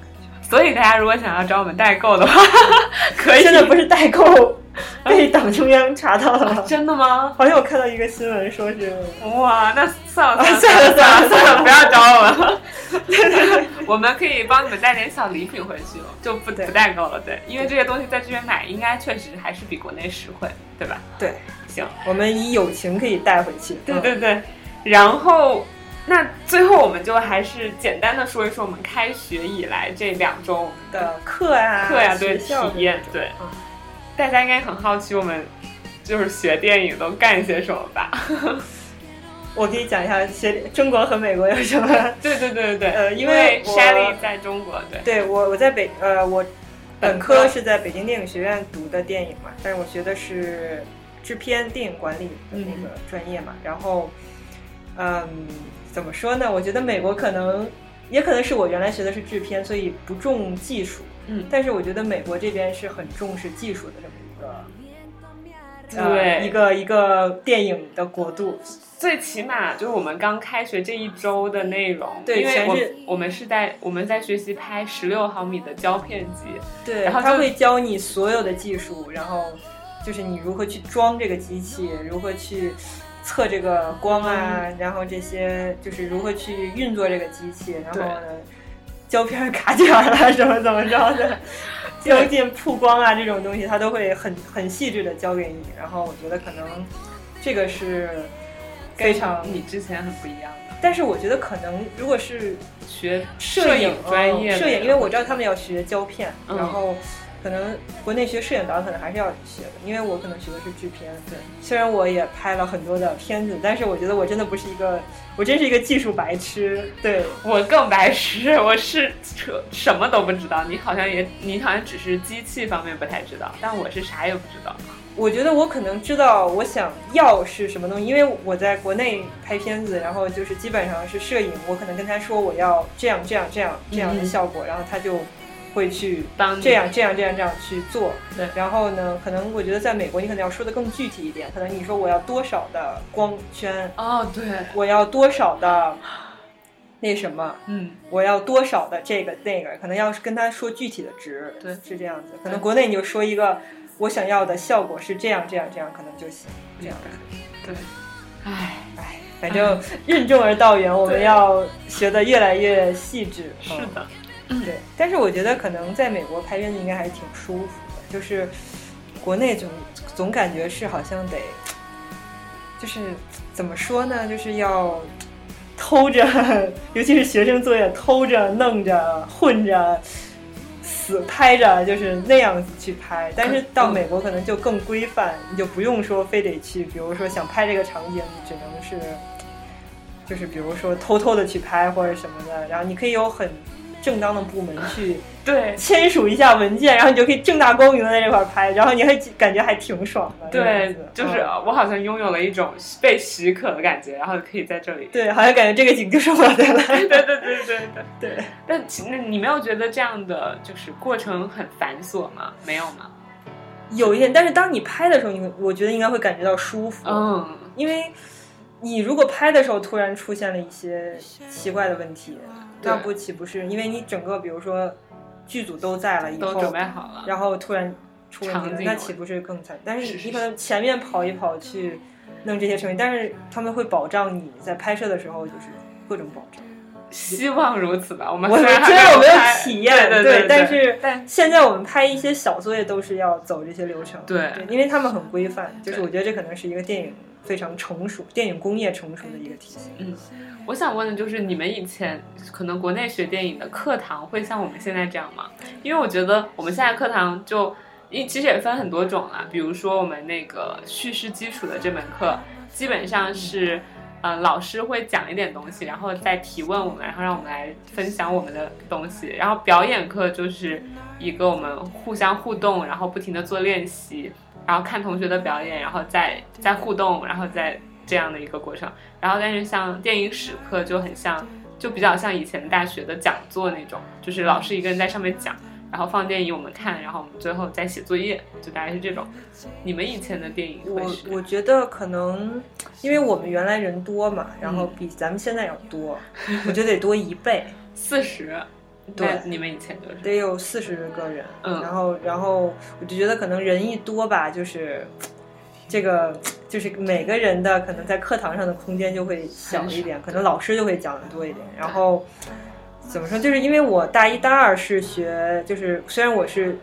S4: 所以大家如果想要找我们代购的话， <laughs> 可以。
S5: 现在不是代购
S4: 嗯
S5: 被党中央查到了吗？
S4: 真的吗？
S5: <laughs> 好像我看到一个新闻说是，
S4: 哇，那算了
S5: <laughs> 算了
S4: 算了
S5: 算了
S4: 算了，不要找我们了。
S5: <laughs>
S4: 我们可以帮你们带点小礼品回去，哦就不
S5: 对
S4: 不代购了。对，因为这些东西在这边买，应该确实还是比国内实惠，对吧？
S5: 对
S4: 行，
S5: 我们以友情可以带回去，
S4: 对
S5: 嗯
S4: 对对。然后，那最后我们就还是简单的说一说我们开学以来这两周我们的
S5: 的课啊，
S4: 课呀、对
S5: 学校的
S4: 体验，对
S5: 嗯，
S4: 大家应该很好奇我们就是学电影都干些什么吧？
S5: 我可以讲一下学中国和美国有什么？
S4: 对对对对对，
S5: 呃
S4: 因
S5: 因为我
S4: Shelly 在中国，对
S5: 对我我在北呃我
S4: 本
S5: 本科
S4: 科
S5: 是在北京电影学院读的电影嘛，但是我学的是制片电影管理的那个专业嘛。然后，嗯，怎么说呢？我觉得美国可能也可能是我原来学的是制片，所以不重技术。
S4: 嗯
S5: 但是我觉得美国这边是很重视技术的这么一个。
S4: 对
S5: 呃、一个一个电影的国度，
S4: 最起码就是我们刚开学这一周的内容，
S5: 对
S4: 因为
S5: 全
S4: 我
S5: 是
S4: 我们是在我们在学习拍十六毫米的胶片机，
S5: 对，
S4: 然后
S5: 他
S4: 就
S5: 会教你所有的技术，然后就是你如何去装这个机器，如何去测这个光啊，
S4: 嗯
S5: 然后这些就是如何去运作这个机器，然后
S4: 对
S5: 呢胶片卡点儿 <laughs> 啊，什么怎么着的，胶件曝光啊这种东西，他都会很很细致的教给你。然后我觉得可能这个是非常，
S4: 跟你之前很不一样的
S5: 但是我觉得可能如果是
S4: 学
S5: 摄
S4: 影专业的
S5: 哦摄影，因为我知道他们要学胶片，
S4: 嗯
S5: 然后可能国内学摄影导可能还是要学的，因为我可能学的是制片。对，虽然我也拍了很多的片子，但是我觉得我真的不是一个，我真是一个技术白痴。对，
S4: 我更白痴，我是扯什么都不知道。你好像也，你好像只是机器方面不太知道，但我是啥也不知道。
S5: 我觉得我可能知道我想要是什么东西，因为我在国内拍片子，然后就是基本上是摄影，我可能跟他说我要这样这样这样这样的
S4: 嗯
S5: 效果，然后他就会去
S4: 帮你
S5: 这样这样这样这样去做。
S4: 对
S5: 然后呢，可能我觉得在美国，你可能要说的更具体一点，可能你说我要多少的光圈，
S4: 哦，对，
S5: 我要多少的那什么，
S4: 嗯，
S5: 我要多少的这个那个，可能要是跟他说具体的值，
S4: 对
S5: 是这样子。可能国内你就说一个我想要的效果是这样这样这样，可能就行。这样，
S4: 对，唉，
S5: 哎，反正任重而道远，我们要学的越来越细致。
S4: 是
S5: 嗯
S4: 的，
S5: 对，但是我觉得可能在美国拍片子应该还是挺舒服的，就是国内总总感觉是好像得，就是怎么说呢，就是要偷着， <laughs> 尤其是学生作业偷着弄着混着。死拍着就是那样子去拍，但是到美国可能就更规范，你就不用说非得去，比如说想拍这个场景，你只能是就是比如说偷偷的去拍或者什么的，然后你可以有很正当的部门去
S4: 对
S5: 签署一下文件，然后你就可以正大光明的在这块儿拍，然后你还感觉还挺爽的。这样
S4: 对
S5: 子，
S4: 就是
S5: 嗯
S4: 我好像拥有了一种被许可的感觉，然后可以在这里。
S5: 对，好像感觉这个景就是我的了。
S4: <laughs>
S5: <laughs>
S4: 对对对对对对。
S5: 对，
S4: 但其那你没有觉得这样的就是过程很繁琐吗？没有吗？
S5: 嗯有一点，但是当你拍的时候，你会我觉得应该会感觉到舒服，
S4: 嗯，
S5: 因为你如果拍的时候突然出现了一些奇怪的问题，
S4: 对
S5: 那不岂不是因为你整个比如说剧组都在了以
S4: 都准
S5: 后
S4: 备，好了。
S5: 然后突然出问题
S4: 啊场
S5: 了，
S4: 景
S5: 那岂不是更惨？但
S4: 是
S5: 是
S4: 是
S5: 你可能前面跑一跑去弄这些声音，但是他们会保障你在拍摄的时候就是各种保障。
S4: 希望如此吧。我们
S5: 我
S4: 啊虽然还
S5: 真的
S4: 有
S5: 没有
S4: 拍
S5: 体验，
S4: 对对，
S5: 但是
S4: 但
S5: 现在我们拍一些小作业都是要走这些流程，
S4: 对
S5: 因为他们很规范，就是
S4: 对
S5: 我觉得这可能是一个电影非常成熟、电影工业成熟的一个体系。
S4: 我想问的就是，你们以前可能国内学电影的课堂会像我们现在这样吗？因为我觉得我们现在课堂就，因其实也分很多种啦，比如说我们那个叙事基础的这门课，基本上是，呃，老师会讲一点东西，然后再提问我们，然后让我们来分享我们的东西。然后表演课就是一个我们互相互动，然后不停的做练习，然后看同学的表演，然后再再互动，然后再这样的一个过程。然后但是像电影史课就很像，就比较像以前大学的讲座那种，就是老师一个人在上面讲，然后放电影我们看，然后我们最后再写作业，就大概是这种。你们以前的电影嗯会
S5: 我
S4: 是
S5: 我觉得可能，因为我们原来人多嘛，然
S4: 嗯
S5: 后比咱们现在要多，我觉得得多一倍，
S4: 四十，
S5: 对
S4: 那你们以前就是
S5: 得有四十个人。
S4: 嗯
S5: 然后然后我就觉得可能人一多吧，就是这个就是每个人的可能在课堂上的空间就会小一点，可能老师就会讲的多一点，然后。怎么说？就是因为我大一、大二是学，就是虽然我是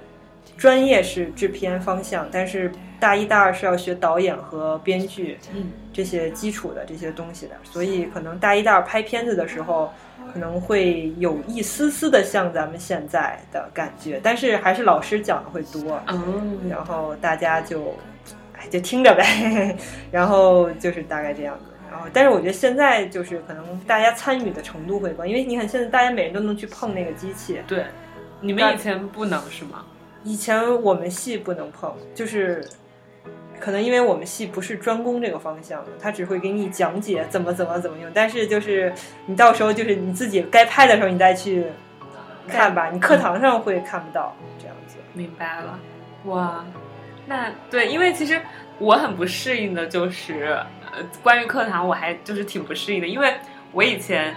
S5: 专业是制片方向，但是大一、大二是要学导演和编剧，
S4: 嗯，
S5: 这些基础的这些东西的，所以可能大一、大二拍片子的时候，可能会有一丝丝的像咱们现在的感觉，但是还是老师讲的会多，
S4: 嗯，
S5: 然后大家就，哎，就听着呗， <laughs> 然后就是大概这样子。然后，但是我觉得现在就是可能大家参与的程度会高，因为你看现在大家每人都能去碰那个机器，
S4: 对，你们以前不能是吗？
S5: 以前我们系不能碰，就是可能因为我们系不是专攻这个方向的，他只会给你讲解怎么怎么怎么用，但是就是你到时候就是你自己该拍的时候你再去看吧，你
S4: 嗯
S5: 课堂上会看不到这样子。
S4: 明白了，哇，那对，因为其实我很不适应的就是，呃，关于课堂我还就是挺不适应的，因为我以前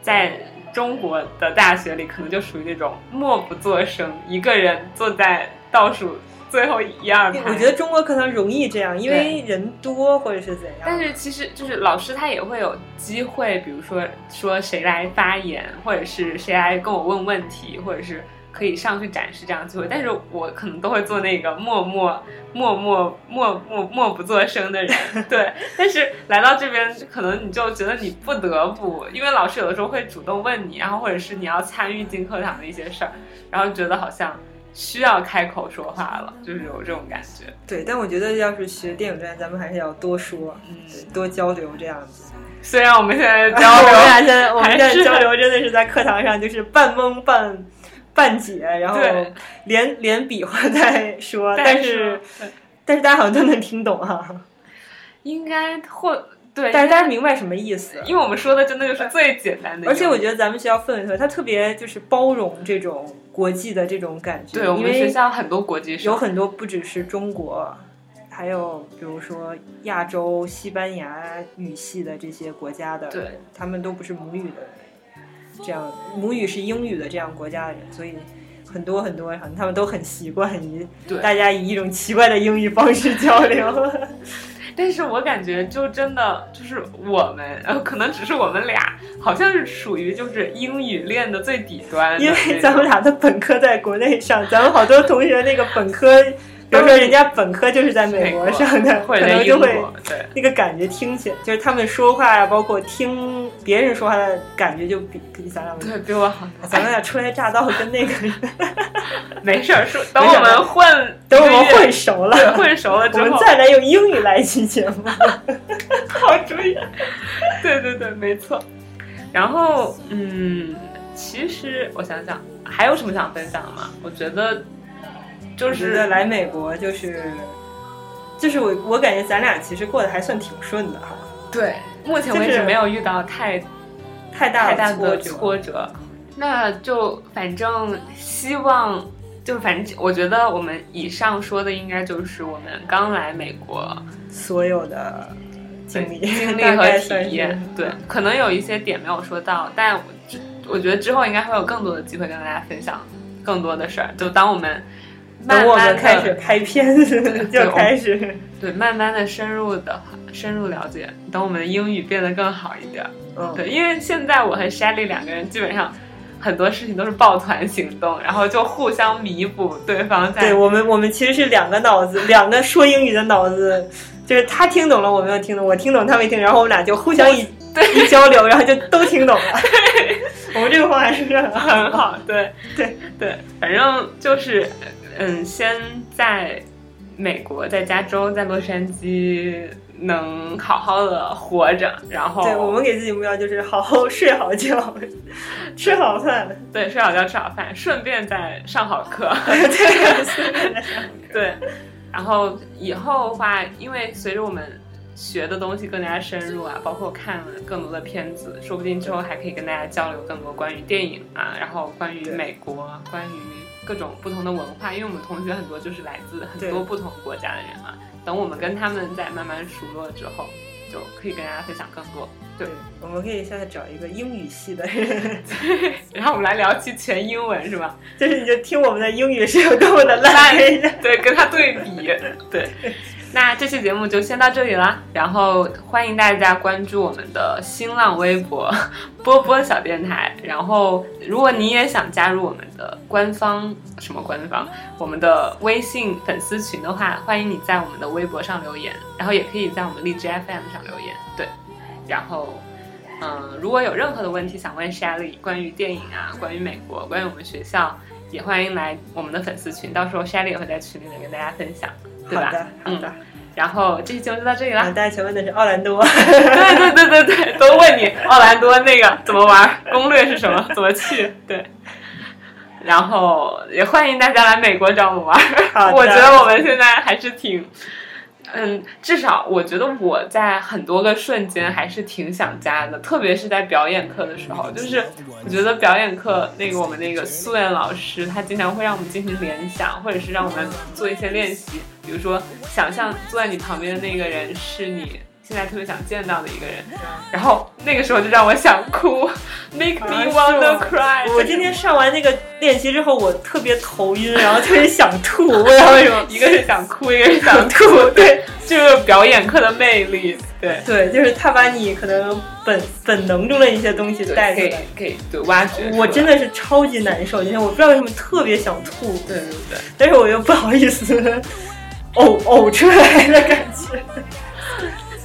S4: 在中国的大学里，可能就属于那种默不作声，一个人坐在倒数最后一二排。
S5: 我觉得中国课堂容易这样，因为人多或者是怎样。
S4: 但是其实就是老师他也会有机会，比如说说谁来发言，或者是谁来跟我问问题，或者是可以上去展示这样的机会。但是我可能都会做那个默默默默默默默不作声的人， <laughs> 对。但是来到这边，可能你就觉得你不得不，因为老师有的时候会主动问你，然后或者是你要参与进课堂的一些事儿，然后觉得好像需要开口说话了，就是有这种感觉，
S5: 对，但我觉得要是学电影专业，咱们还是要多说，
S4: 嗯。
S5: 多交流这样子。
S4: 虽然我们现在 <laughs> 交
S5: 我
S4: 流
S5: 们俩现在我们
S4: 还
S5: 现在
S4: 是
S5: 交流真的是在课堂上就是半蒙半半解，然后
S4: 对
S5: 连连比划在说，但是
S4: 对
S5: 但是大家好像都能听懂啊，
S4: 应该或对，
S5: 但是大家
S4: 因为
S5: 明白什么意思。
S4: 因为我们说的真的就是最简单的，
S5: 而且我觉
S4: 得
S5: 得咱们学校氛围特别，它特别就是包容这种国际的这种感觉，
S4: 对我
S5: 因
S4: 们学
S5: 为
S4: 校很多国际生
S5: 有很多不只是中国。还有比如说亚洲、西班牙语系的这些国家的，
S4: 对
S5: 他们都不是母语的这样母语是英语的这样国家的人，所以很多很多，好像他们都很习惯于
S4: 对
S5: 大家以一种奇怪的英语方式交
S4: <laughs>
S5: 流。
S4: 但是我感觉就真的就是我们，呃，可能只是我们俩，好像是属于就是英语练的最底端的那
S5: 因
S4: 种，
S5: 为咱们俩的本科在国内上，咱们好多同学那个本科，比如说人家本科就是在美国上的，
S4: 或
S5: 可
S4: 者在
S5: 能
S4: 英
S5: 就
S4: 国
S5: 会，
S4: 对
S5: 那个感觉听起来，就是他们说话呀，包括听别人说话的感觉，就比比咱俩。
S4: 对比我好多，
S5: 咱们俩初来乍到，跟
S4: <laughs>
S5: 那个
S4: 没事儿，说等我们混，
S5: 等我们混
S4: 对
S5: 熟了，
S4: 混熟了
S5: 我
S4: 之
S5: 们
S4: 后，
S5: 再来用英语来一期
S4: <laughs>
S5: 节目。
S4: 好 <laughs> 主意。对对对，没错。然后，嗯，其实我想想，还有什么想分享的吗？我觉得就
S5: 我觉得
S4: 是
S5: 来美国就是，就是我我感觉咱俩其实过得还算挺顺的哈，
S4: 对，目前为止
S5: 就是
S4: 没有遇到太
S5: 太大
S4: 太
S5: 了
S4: 大的
S5: 折。
S4: 挫折。那就反正希望，就反正我觉得我们以上说的应该就是我们刚来美国
S5: 所有的经历 <laughs>
S4: 经历
S5: 大
S4: 和
S5: 概算
S4: 体验
S5: 是。
S4: 对，可能有一些点没有说到，但我之我觉得之后应该会有更多的机会跟大家分享更多的事儿。就当我们慢
S5: 等我
S4: 慢
S5: 们
S4: 地
S5: 开始拍
S4: <laughs>
S5: 片
S4: 对
S5: <laughs> 就开始，
S4: 对慢慢的深入的深入了解，等我们的英语变得更好一点儿。
S5: 嗯，
S4: 对，因为现在我和 Shelly 两个人基本上很多事情都是抱团行动，然后就互相弥补对方在
S5: 对我们，我们其实是两个脑子，两个说英语的脑子，就是他听懂了，我没有听懂；我听懂，他没听。然后我们俩就互相一一交流，然后就都听
S4: <laughs>
S5: 懂了。我们这个方法是不是很好？
S4: 很好，对
S5: 对
S4: 对，反正就是，嗯，先在美国，在加州，在洛杉矶能好好的活着，然后
S5: 对我们给自己目标就是好好睡好觉，吃好饭。
S4: 对睡好觉吃好饭，顺便再上好课，
S5: <laughs>
S4: <laughs>
S5: 对，随便在上
S4: 对，然后以后的话，因为随着我们。学的东西更加深入啊，包括看了更多的片子，说不定之后还可以跟大家交流更多关于电影啊，然后关于
S5: 对
S4: 美国，关于各种不同的文化，因为我们同学很多就是来自很
S5: 对
S4: 多不同国家的人嘛。等我们跟他们再慢慢熟络之后，就可以跟大家分享更多。对
S5: 对，我们可以现在找一个英语系的 <laughs> 人，
S4: 然后我们来聊期全英文是吧？
S5: 就是你就听我们的英语是有多么的烂。
S4: 对，跟他对比，对。那这期节目就先到这里啦，然后欢迎大家关注我们的新浪微博“波波小电台”。然后，如果你也想加入我们的官方什么官方，我们的微信粉丝群的话，欢迎你在我们的微博上留言，然后也可以在我们荔枝 FM 上留言。对，然后。嗯，如果有任何的问题想问 Shelly 关于电影啊，关于美国，关于我们学校，也欢迎来我们的粉丝群，到时候 Shelly 也会在群里面跟大家分享，对吧？嗯
S5: 好的，好的。
S4: 然后这期节目就到这里
S5: 啊，
S4: 啦。
S5: 大家请问的是奥兰
S4: <laughs>
S5: 多。<laughs>
S4: 对对对对对，都问你奥兰多那个怎么玩，攻略是什么，怎么去？对。然后也欢迎大家来美国找我们玩
S5: 好
S4: 儿。
S5: 的
S4: 我觉得我们现在还是挺，嗯，至少我觉得我在很多个瞬间还是挺想家的，特别是在表演课的时候，就是我觉得表演课那个我们那个苏燕老师，他经常会让我们进行联想，或者是让我们做一些练习，比如说想象坐在你旁边的那个人是你现在特别想见到的一个
S5: 嗯
S4: 人，然后那个时候就让我想哭，make <laughs>
S5: 啊
S4: me
S5: 是
S4: wanna
S5: 吗
S4: cry。
S5: 我今天上完那个练习之后，我特别头晕，然后特别想吐，不知道为什么。
S4: 一个是想哭，一个是想吐，
S5: <laughs>
S4: 对，就是表演课的魅力，对。
S5: 对，就是他把你可能本本能中的一些东西
S4: 对
S5: 带出
S4: 给
S5: 来。
S4: 给对挖掘出来，
S5: 我真的是超级难受，今天我不知道为什么特别想吐，
S4: 对对对，
S5: 但是我又不好意思呕呕出来的感觉。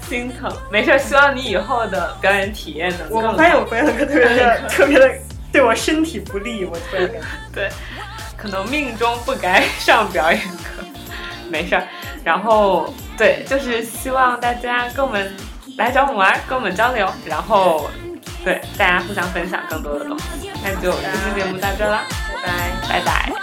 S4: 心疼。没事儿，希望你以后的表演体验能
S5: 我
S4: 更
S5: 发现我朋友特
S4: 哎
S5: 别的特别的对我身体不利，我突然感觉。
S4: 对，可能命中不该上表演课，没事儿。然后对，就是希望大家跟我们来找我们玩儿，跟我们交流，然后对大家互相分享更多的东西。那就这期节目到这儿啦，拜拜，拜拜。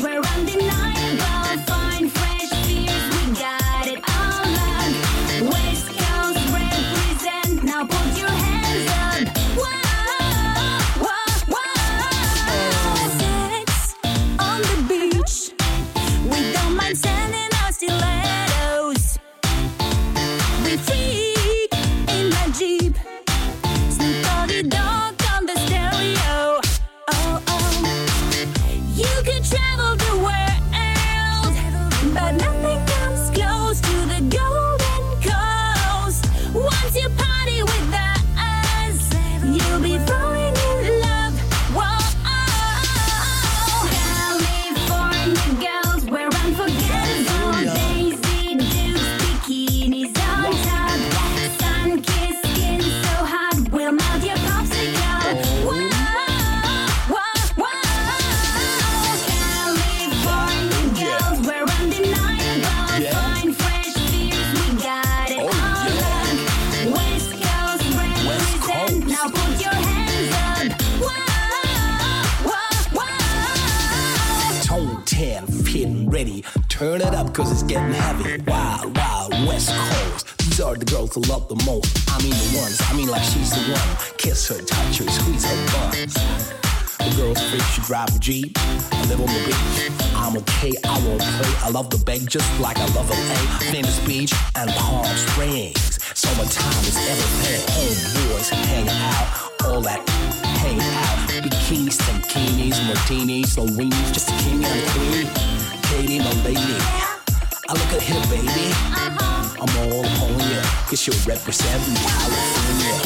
S2: We're undeniable, fine, fresh beers, we got it all up. West Coast represent, now put your hands up. Whoa, whoa, whoa. Sex on the beach, we don't mind sending our stilettos. We freak in the Jeep, sneak on the dog on the stereo. Oh, oh. You can travel the world, but nothing comes close to the golden coast. Once you party with us, you'll be falling in love. Whoa, California girls, we're unforgettable. Daisy Dukes, bikinis on top, sun kissed skin so hot, we'll melt your popsicle. Whoa, whoa, whoa. California girls, we're undeniable.
S6: Yeah.
S2: Fine, fresh beers, we got it all up. West Coast represent, now put your hands up. Whoa, whoa, whoa.
S6: Tone 10, feeling ready. Turn it up, cause it's getting heavy. Wild, wild, West Coast. These are the girls I love the most. I mean the ones, I mean like she's the one. Kiss her, touch her, squeeze her buns. The girls freak, she drive a Jeep. I live on the beach. I'm okay, I will play. I love the bank just like I love LA. Venice Beach and Palm Springs. Summertime is everything. Homeboys hang out, all that hang out. Bikinis, tankinis, martinis, Slovenes, just a king and a queen. Katie, my lady. I look at here, baby. I'm all upon you, cause you represent California.